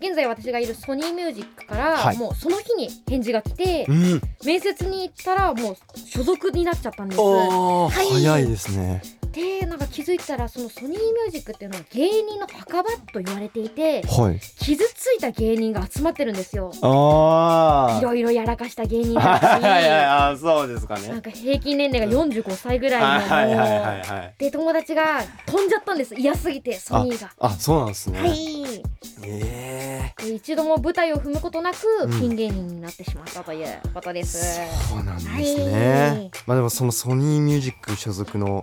現在私がいるソニーミュージックから、はいもうその日に返事が来て、うん面接に行ったらもう所属になっちゃったんです。おー、はい早いですねでなんか気づいたらそのソニーミュージックっていうのは芸人の墓場と言われていてはい傷ついた芸人が集まってるんですよ。あいろいろやらかした芸人あたちはいはいはいにあーそうですかなんねか平均年齢が45歳ぐらはいいのはいはいはいもはいうで友達が飛んじゃったんです嫌すぎてソニーが。あそうなんですね、はいえで一度も舞台を踏むことなくんピン芸人になってしまったということです。ー、そうなんですね、はいまあでもそのソニーミュージック所属の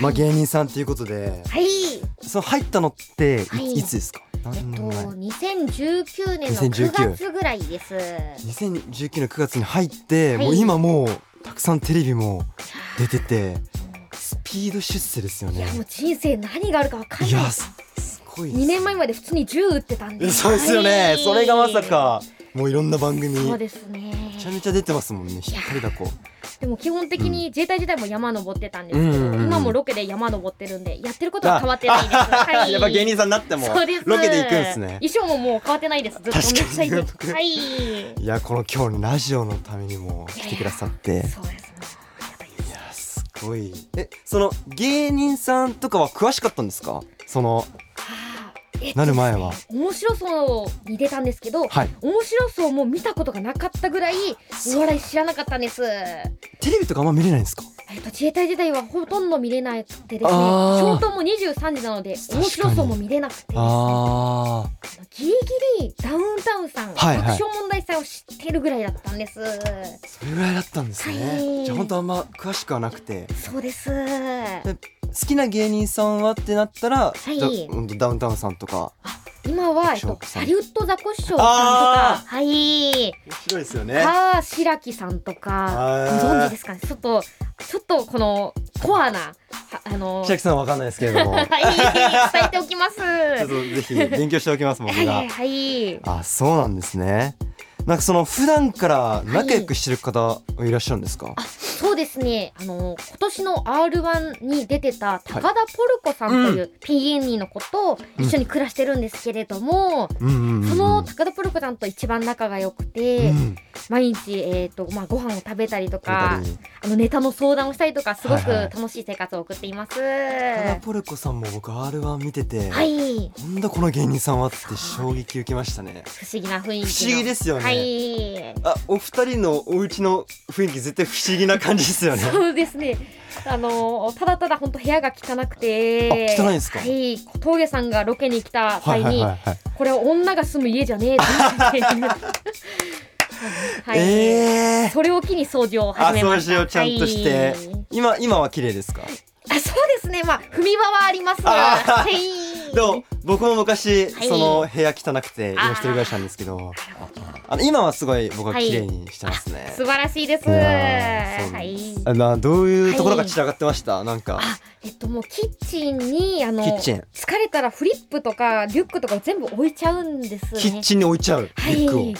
まあ芸人さんっていうことではい、その入ったのってい,、はいいつですかえっ何と年前2019年の9 2019月ぐらいです。 2019年9月に入って、はいもう今もうたくさんテレビも出ててスピード出世ですよいねやもう人生何があるかわかんいないや。すすごい2年前まで普通に銃撃ってたんでえ す。そうですよね、はいそれがまさ。かもういろんな番組そうめですね。ちゃめちゃ出てますもんねひったりだこでも基本的に自衛隊時代も山登ってたんですけど、うんうんうん今もロケで山登ってるんでやってることは変わってないです。はい、やっぱ芸人さんになってもそうですロケで行くんですね衣装ももう変わってないです。ずっとめっちゃいい。確かにはい。いやこの今日ラジオのためにも来てくださってそうですね。いやすごいえその芸人さんとかは詳しかったんですかそのあーえっとなる前は面白そうに出たんですけど、はい面白そうも見たことがなかったぐらいお笑い知らなかったんです。テレビとかあんま見れないんですかえっと、自衛隊時代はほとんど見れなくてですねあー消灯も23時なのでかに面白そうも見れなくてですねあギリギリダウンタウンさん、はいはい爆笑問題さんを知ってるぐらいだったんですーそれぐらいだったんですね、はいじゃあ本当あんま詳しくはなくてそうですあ好きな芸人さんはってなったら、いだほんとダウンタウンさんとか今は、えっショとッ、クさんハリウッドザコシショウさんとかあはい面白いですよねあー白木さんとかごあー存知ですかねちょっとちょっとこのコアなはあの千秋さんはわかんないですけれど もはい伝えておきま すちょっとぜひ勉強しておきます僕はがいはいあそうなんですねなんかその普段から仲良くしてる方いらっしゃるんですか、あそうですねあの今年の r 1に出てた高田ポルコさんという P 芸人の子と一緒に暮らしてるんですけれども、うんうんうんその高田ポルコさんと一番仲が良くうて、ん毎日、えーとまあ、ご飯を食べたりとやかっぱりあのネタの相談をしたりとかすごくはいはい楽しい生活を送っています。ただはポルコさんも僕 R1 見てて、い、なんだこの芸人さんはって衝撃受けましたね不思議な雰囲気不の思議ですよねはいあお二人のお家の雰囲気絶対不思議な感じですよねそうですね。あのただただ本当部屋が汚くて、あ汚いんですかはい、小峠さんがロケに来た際に、はいこれは女が住む家じゃねえって 言ってはい、えーそれを機に掃除をあ始め掃ました。除をちゃんとして、はい今今は綺麗ですかあそうですねまあ踏み場はありますがあー はいでも僕も昔、はいその部屋汚くて今一人暮らしなんですけどあの今はすごい僕は綺麗にしてますね、素晴らしいですいやーそうはいあなどういうところが散らかってました、なんかえっともうキッチンにあのキッチン疲れたらフリップとかリュックとかを全部置いちゃうんですねキッチンに置いちゃうはリュックを、い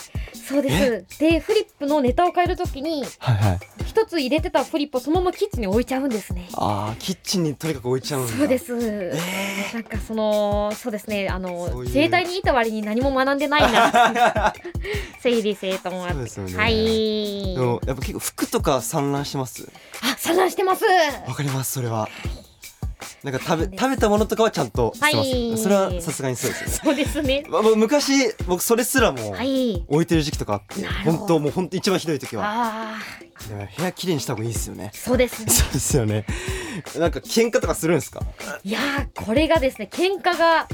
そうですでフリップのネタを変えるときにはいはい一つ入れてたフリップをそのままキッチンに置いちゃうんですねあーキッチンにとにかく置いちゃうんだそうです、なんかそのそうですねあそういうの自衛隊にいた割に何も学んでないな 整理整頓はそうですよねはいでもやっぱ結構服とか散乱してますあ散乱してますわかりますそれはなんか食べ食べたものとかはちゃんとしてます、はいそれはさすがにそうですよねそうですねまあ、僕昔僕それすらもはい置いてる時期とかあって、なるほど本当もう本当一番ひどい時はあだから部屋きれいにした方がいいですよねーそうですねそうですよねなんか喧嘩とかするんですかいやーこれがですね喧嘩が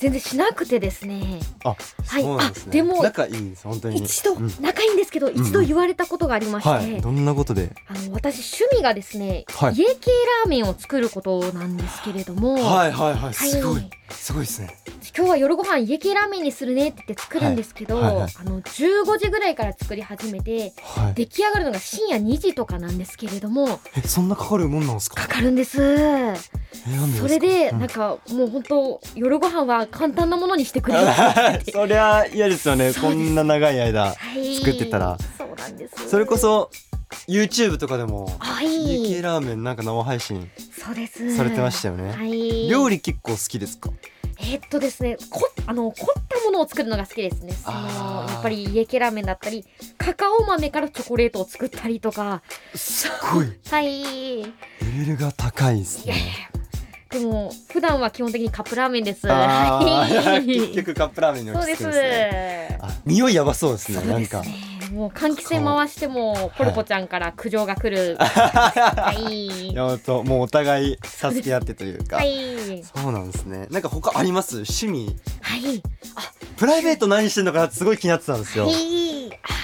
全然しなくてですねあ、はいそうなんですねあでも仲いいんです本当に一度うん仲いいんですけど一度言われたことがありまして、はいどんなことであの私趣味がですね、はい家系ラーメンを作ることなんですけれども、はいはいはいすごい、はいすごいですね今日は夜ご飯家系ラーメンにするねって言って作るんですけど、はいはいはいあの15時ぐらいから作り始めてはい出来上がるのが深夜2時とかなんですけれどもえそんなかかるもんなんですかかかるんですえなんでそですかれでうんなんかもう本当夜ご飯は簡単なものにしてくれる そりゃ嫌ですよねそうこですんな長い間はい作ってたらそうなんですそれこそ YouTube とかでもは家系いラーメンなんか生配信そうですされてましたよねはい料理理結構好きですかえーっとですねこあの凝ったものを作るのが好きですねそあのーやっぱり家系ラーメンだったりカカオ豆からチョコレートを作ったりとかすごいはいレベルが高いですねでも普段は基本的にカップラーメンです。あはー い結局カップラーメンにそう落ちで着くす。んですねあ匂いやばそうですねそうなんですかね。もう換気扇回してもポルポちゃんから苦情が来る。はい。やっともうお互い助け合ってというか、はい。そうなんですねなんか他あります趣味はい。プライベート何してんのかなってすごい気になってたんですよ、はい。あ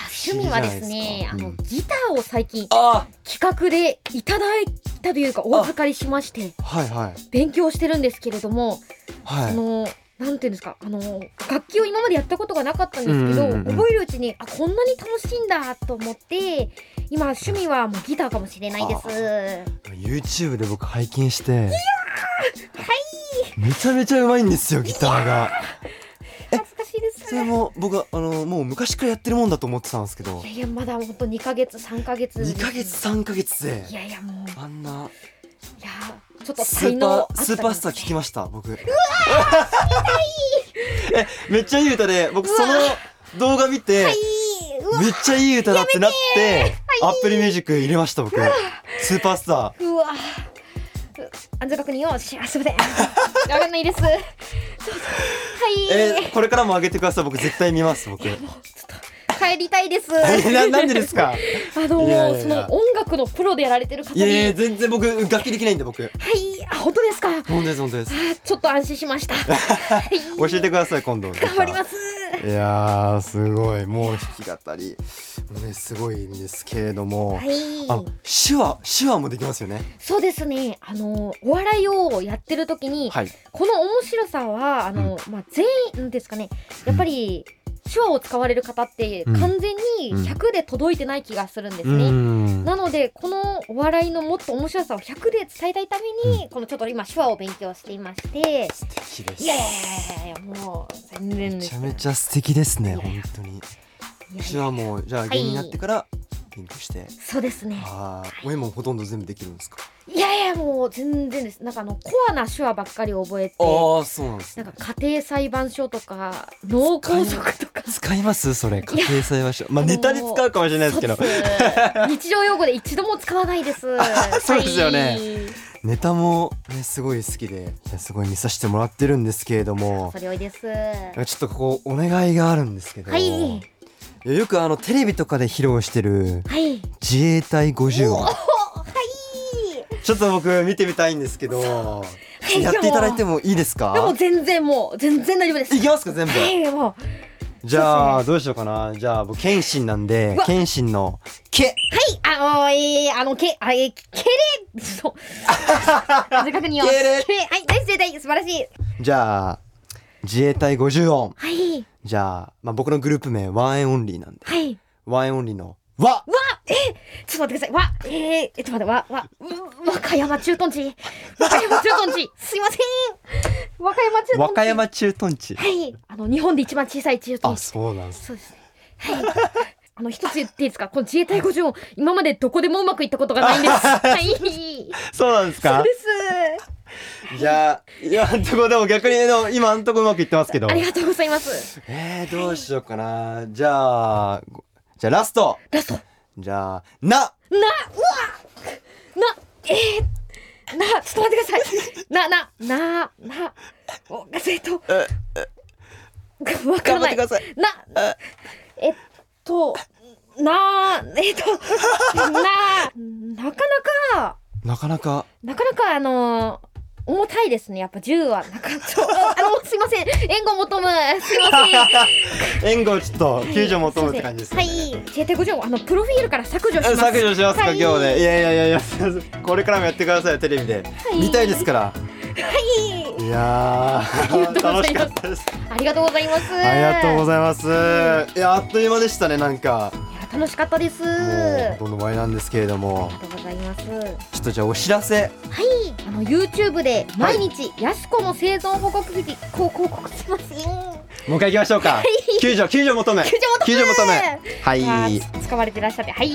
趣味はですね、不思議じゃないですかあのうんギターを最近あ企画でいただいたというかお預かりしましてあはいはい勉強してるんですけれども、はあいのなんていうんですかあの楽器を今までやったことがなかったんですけど、うんうんうんうん覚えるうちにあこんなに楽しいんだと思って今趣味はもうギターかもしれないです。 YouTube で僕拝見していやはいめちゃめちゃうまいんですよギターが恥ずかしいです。それも僕はあのもう昔からやってるもんだと思ってたんですけどいやいやまだ本当二ヶ月三ヶ月。 2ヶ月3ヶ月でいやいやもうあんないやちょっとス才ー能パあっーたスーパースター聞きました僕うわ えめっちゃいい歌で僕その動画見ていうわめっちゃいい歌だってなってアップルミュージック入れました僕スーパースタうわう安全確認をし あすみません。わかんないです。ちょっーとはい、えーこれからも上げてください僕絶対見ます僕 え帰りたいです。ななんでですかあのーいやいやいやその音楽のプロでやられてる方いにやいや全然僕楽器できないんで僕はい、あ、本当ですか。あ本当です本当ですー、ちょっと安心し ました。はい教えてください今度頑張ります。いやーすごいもう弾き語りもうねすごいんですけれども、あのはい、手話手話もできますよねそうですね。あのお笑いをやってる時に、はいこの面白さはあの、まあ全員なんですかね。やっぱり手話を使われる方ってうん完全に100で届いてない気がするんですね。んなのでこのお笑いのもっと面白さを100で伝えたいために、このちょっと今手話を勉強していまして、素敵ですいやいやいやいやもう全然めですちゃよめちゃ素敵ですねいやい本や当にいやい手や話もじゃあ芸人になってから勉強して、そうですね。ああお絵もほとんど全部できるんですかいやいやもう全然ですなんかあのコアな手話ばっかり覚えてああそうなんですなんねか家庭裁判所とか脳梗塞とか使いますそれ家庭裁判 所まああのーネタで使うかもしれないですけどそうです日常用語で一度も使わないです そうですよねはいネタもねすごい好きでいやすごい見させてもらってるんですけれどもそれ多いですなんかちょっとここお願いがあるんですけど、はいいやよくあのテレビとかで披露してるはい自衛隊50音ちょっと僕見てみたいんですけど、いやっていただいてもいいですかでも全然もう全然大丈夫ですいきますか全部はいもうじゃあどうしようかなじゃあ僕謙信なんでうわ謙信の「けはい、あの、えー、あの、け、あ、えー、け れ、そう。 正確に言います。けれけれはい、大正解、素晴らしい。じゃあ自衛隊50音はい、じゃあ,、まあ僕のグループ名ワンエンオンリーなんではい。ワンエンオンリーの「わ」ちょっと待ってください。わ、えー、えちょっと待って、わ、わ、う和歌山駐屯地。和歌山駐屯地。すいません。和歌山駐屯地。和歌。山駐屯地はい、あの、日本で一番小さい駐屯あ地。そうなんですそうですね。はい。あの、一つ言っていいですかこの自衛隊五条、今までどこでもうまくいったことがない んです。はい。そうなんですかです。じゃあ今んとこでも逆にの今んとこうまくいってますけどありがとうございます。えー、どうしようかなじゃあごじゃあラストラスト。な、じゃあ「 なうわな、えー、な、ちょっと待 ってください。な、な、な、な、お、えっと、わからない。な、えっと、な、えっと、な、なかなか、なかなかなかなかあのー重たいですね。やっぱ銃はなかなかちょあのすいません。援護求む。すいません。援護をちょっと 救助求むって感じですはねい。自衛隊五条あのプロフィールから削除します。削除しますかはい今日でいやいやいやいや これからもやってくださいテレビでい見たいですからはい。いやりがとうごーざいます楽しかったですありがとうございます。ありがとうごいざいますいやあっという間でしたねなんかます。楽しかったです。もあうどんどん終わりなんですけれどもりがとうございます。はい。ちょっとじゃあお知らせあの YouTube で毎日、やすこの生存報告日こう広告し ます。もう一回行きましょうか救助救助求め 救助求め救はあいー使われてらっしゃって、はい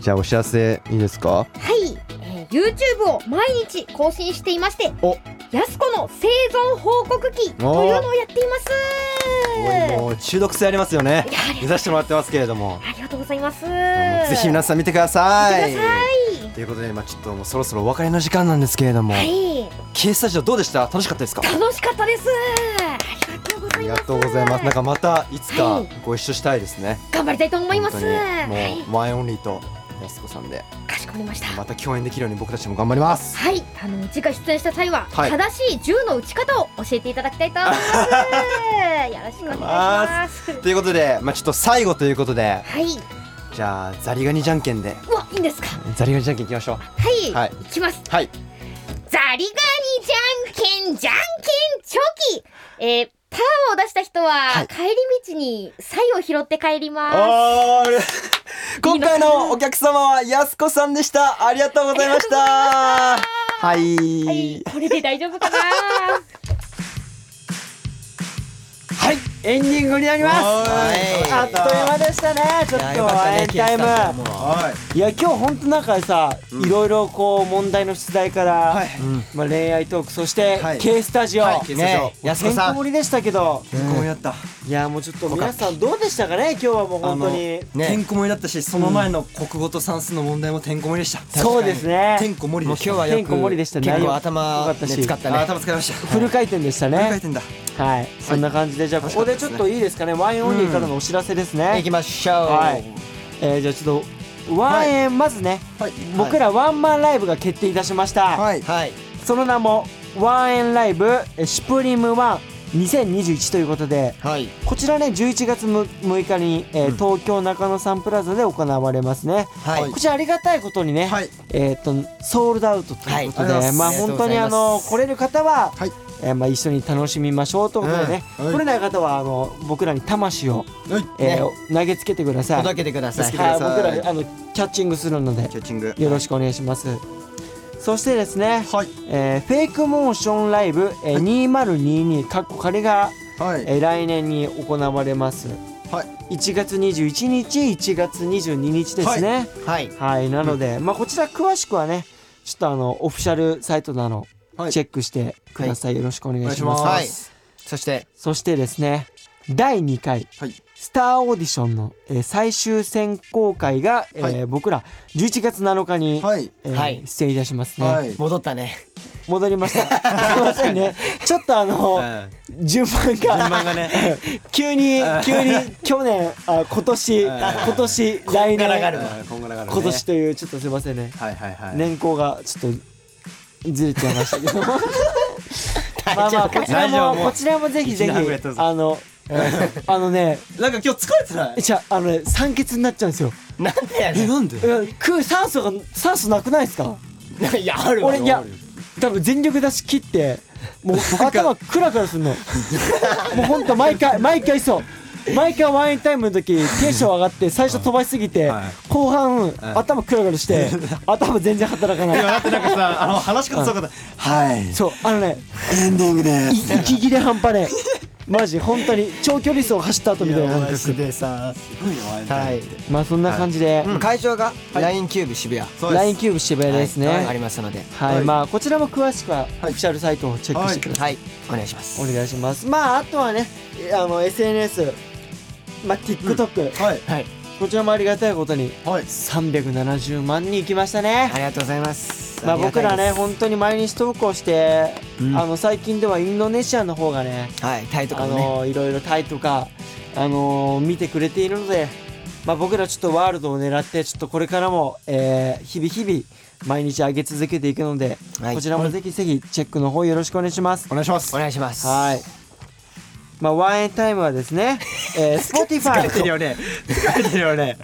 じゃあお知らせいいですかはい、えー YouTube を毎日更新していましておやすこの生存報告記というのをやっていますもう中毒性ありますよねいやあり見させてもらってますけれどもありがとうございますぜひ皆ささん見てください見てくださということで、まあ、ちょっともうそろそろお別れの時間なんですけれども、はい K スタジオどうでした楽しかったですか楽しかったですありがとうござあいりまがすとうございますなんかまたいつはかいご一緒したいですね、頑張りたいと思います本は当にいもうワインオンリーとやすこさんでかしこまりましたまた共演できるように僕たちも頑張りますはいあの次回出演した際は、はい正しい銃の撃ち方を教えていただきたいと思いますよろしくお願いしますということで、まあ、ちょっと最後ということではいじゃあザリガニじゃんけんでうわいいんですかザリガニじゃんけんいきましょうはい、はいいきますはいザリガニじゃんけんじゃんけんチョキえー、パーを出した人は帰り道にサイを拾って帰ります。おー 今回のお客様はやすこさんでしたありがとうございましたはい、はい、これで大丈夫かなはいエンディングになりますはいあっという間でしたねちょっやとよかったワねインタイケンさんムもいや今日本当なんかさ、いろいろこう問題の出題から、まあ、恋愛トークそして、はい K スタジオ、はい K スタジオねやすこさんてんこ盛りでしたけどてんこ盛りだった、いやもうちょっと皆さんどうでしたかね今日はもう本当にてんこ盛りだったしその前の国語と算数の問題もてんこ盛りでしたそうですねてんこ盛りもでう今し日たはよくてんこ盛りでしたね結内構容良か頭ったしね使ったあね頭使いましたフル回転でしたフル回ね転だはいそんな感じでじゃあここでちょっといいですかねワインオンリーからのお知らせですね、行きましょうはいえーじゃあちょっとワンエンまずね、僕らワンマンライブが決定いたしました、はいはいその名もワンエンライブえーシュプリームワン2021ということではいこちらね11月む6日に、えー東京中野サンプラザで行われますね、はいこちらありがたいことにね、はいえーっとソールドアウトということで、はいありがとうございますまあありがとう本ご当ざにいあますの来れる方は、はいえーまあ、一緒に楽しみましょうということでね、うんはい来れない方はあの僕らに魂を、はいえー投げつけてください届けてくださいはいください僕らあのキャッチングするのでキャッチングよろしくお願いしますそしてですね、はいえーフェイクモーションライブ、えー2022かっこ仮がはいえー来年に行われます、、はい1月21日1月22日ですねはいはい、なので、まあこちら詳しくはねちょっとあのオフィシャルサイトなどはいチェックしてください、よろしくお願いしおます願はいそしてそしてですね第2回、はいスターオーディションの、えー最終選考会が、えーはい僕ら11月7日に、はいえーはい出演いたしますね、はい戻ったね戻りました すいませんねちょっとあの、順番がね 急に急に去年あ今年今年来がらがる年今後ながらね今年というちょっとすいませんねはいはいはい年功がちょっとずれちゃいましたけどま大あ丈ま夫あかこちら大丈夫ももうこちらもぜひぜひ一年半ぐらいやったぞあの あのねなんか今日疲れてないじゃああのね酸欠になっちゃうんですよなんでやねえなんで空酸素が酸素なくないですかんいやあるわ俺いや多分全力出し切ってもう頭クラクラすんのもうほんと毎回毎回そう毎回ワインタイムの時テンション上がって最初飛ばしすぎてはい後半頭クラクラして頭全然働かないだってなんかさあの話し方そうかはいそうあのねエンディングでい息切れ半端ねえマジ本当に長距離走走った後みたいな感覚でさすごい弱いはいまあそんな感じで会場が LINE キューブ渋谷そうです LINE キューブ渋谷ですねはいありますのではい、はいまあこちらも詳しくはオフィシャルサイトをチェックしてください、はいお願いしますお願いしますまああとはねあの SNS まあ TikTok、はいはいこちらもありがたいことにはい370万人いきましたねありがとうございますまありが僕たいですらね本当に毎日投稿して、んあの最近ではインドネシアの方がねはいタイとかあもねのいろいろタイとかあの見てくれているので、まあ、僕らちょっとワールドを狙ってちょっとこれからも、えー日々日々毎日上げ続けていくので、はいこちらもぜひぜひチェックの方よろしくお願いします。お願いしますお願いしますはい。まあ、ワンエンタイムはです ね、えー、Spotify よね 疲れてるよね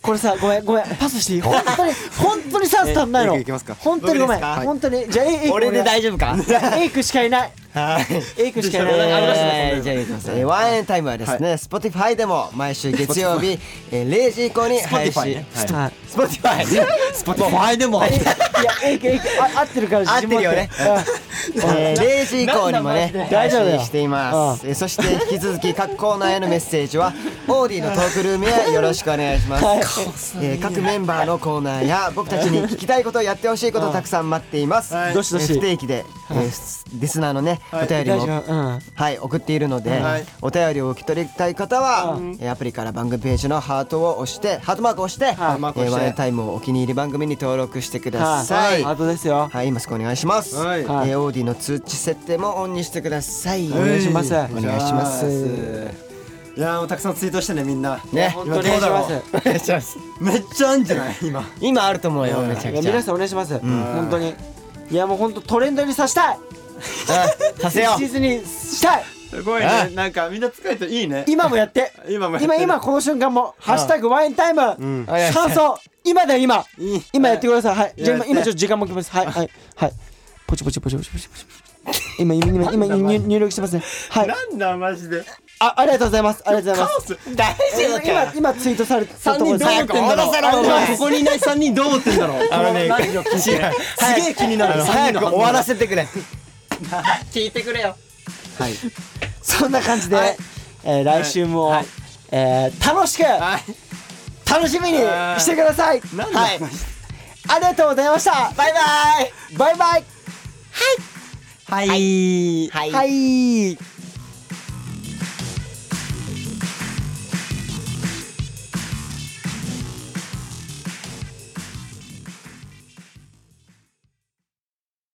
これさ、ごめん、ごめん、パスしていい本当に、本当にさ、スタンないのえエイクいきますか本当にごめん、僕ですか本当に、じゃあ、エイエイク俺で大丈丈夫か夫エイクしかいないはい。エイクしかいないえーじゃあ行きますね。ワンエンタイムはですね、Spotify でも毎週月曜日えー0時以降に配信。はい Spotify。Spotify でも。いや、エイク、エイク、あ合ってるから自信持合ってるよねえー0時以降にもね大配丈夫だよ信していますえーそして引き続き各コーナーへのメッセージはオーディのトークルームへよろしくお願いしますえー各メンバーのコーナーや僕たちに聞きたいことやってほしいことたくさん待っていますいどしどしえー不定期でえーリスナーのねお便り大も丈夫、うん。はい送っているので、お便りを受け取りたい方は、えーアプリから番組ページのハートを押してハートマークを押して、はいえーワンエンタイムをお気に入り番組に登録してくださ。はいい、あとですよ。はい、今すぐお願いします。はいえはいーオーディの通知設定もオンにしてください。おお願いします。お願いします。いやーもうたくさんツイートしてねみんなね、本当にお願いします。お願いします。めっちゃあんじゃない今今あると思うよ、めちゃいくや、ちゃ皆。さんお願いします。本当に。いや、もう本当トレンドにさしたいうんさせよう。シーズンにしたいすごいねなんかみんな疲れていいね今もや って今もやって今る今この瞬間も「ハッシュタグワインタイム」感想今だよ今いい今やってくださいはいいじゃあ今やって今ちょっと時間もきますはいはいはいポチポチポチポチポチポチポチ今今今今入入力してますねはいなんだマジであありがとうございますありがとうございます大丈夫今か。今ツイートされたところです早く戻せろ、お前。ここにいない三人どう思ってんだ ろうあのねすげえ気になる早く終わらせてくれ。そんな感じで、えー来週も、えー楽しく、楽しみにしてください。はい、ありがとうございました。バイバイ。バイバイ。はい。はい。はい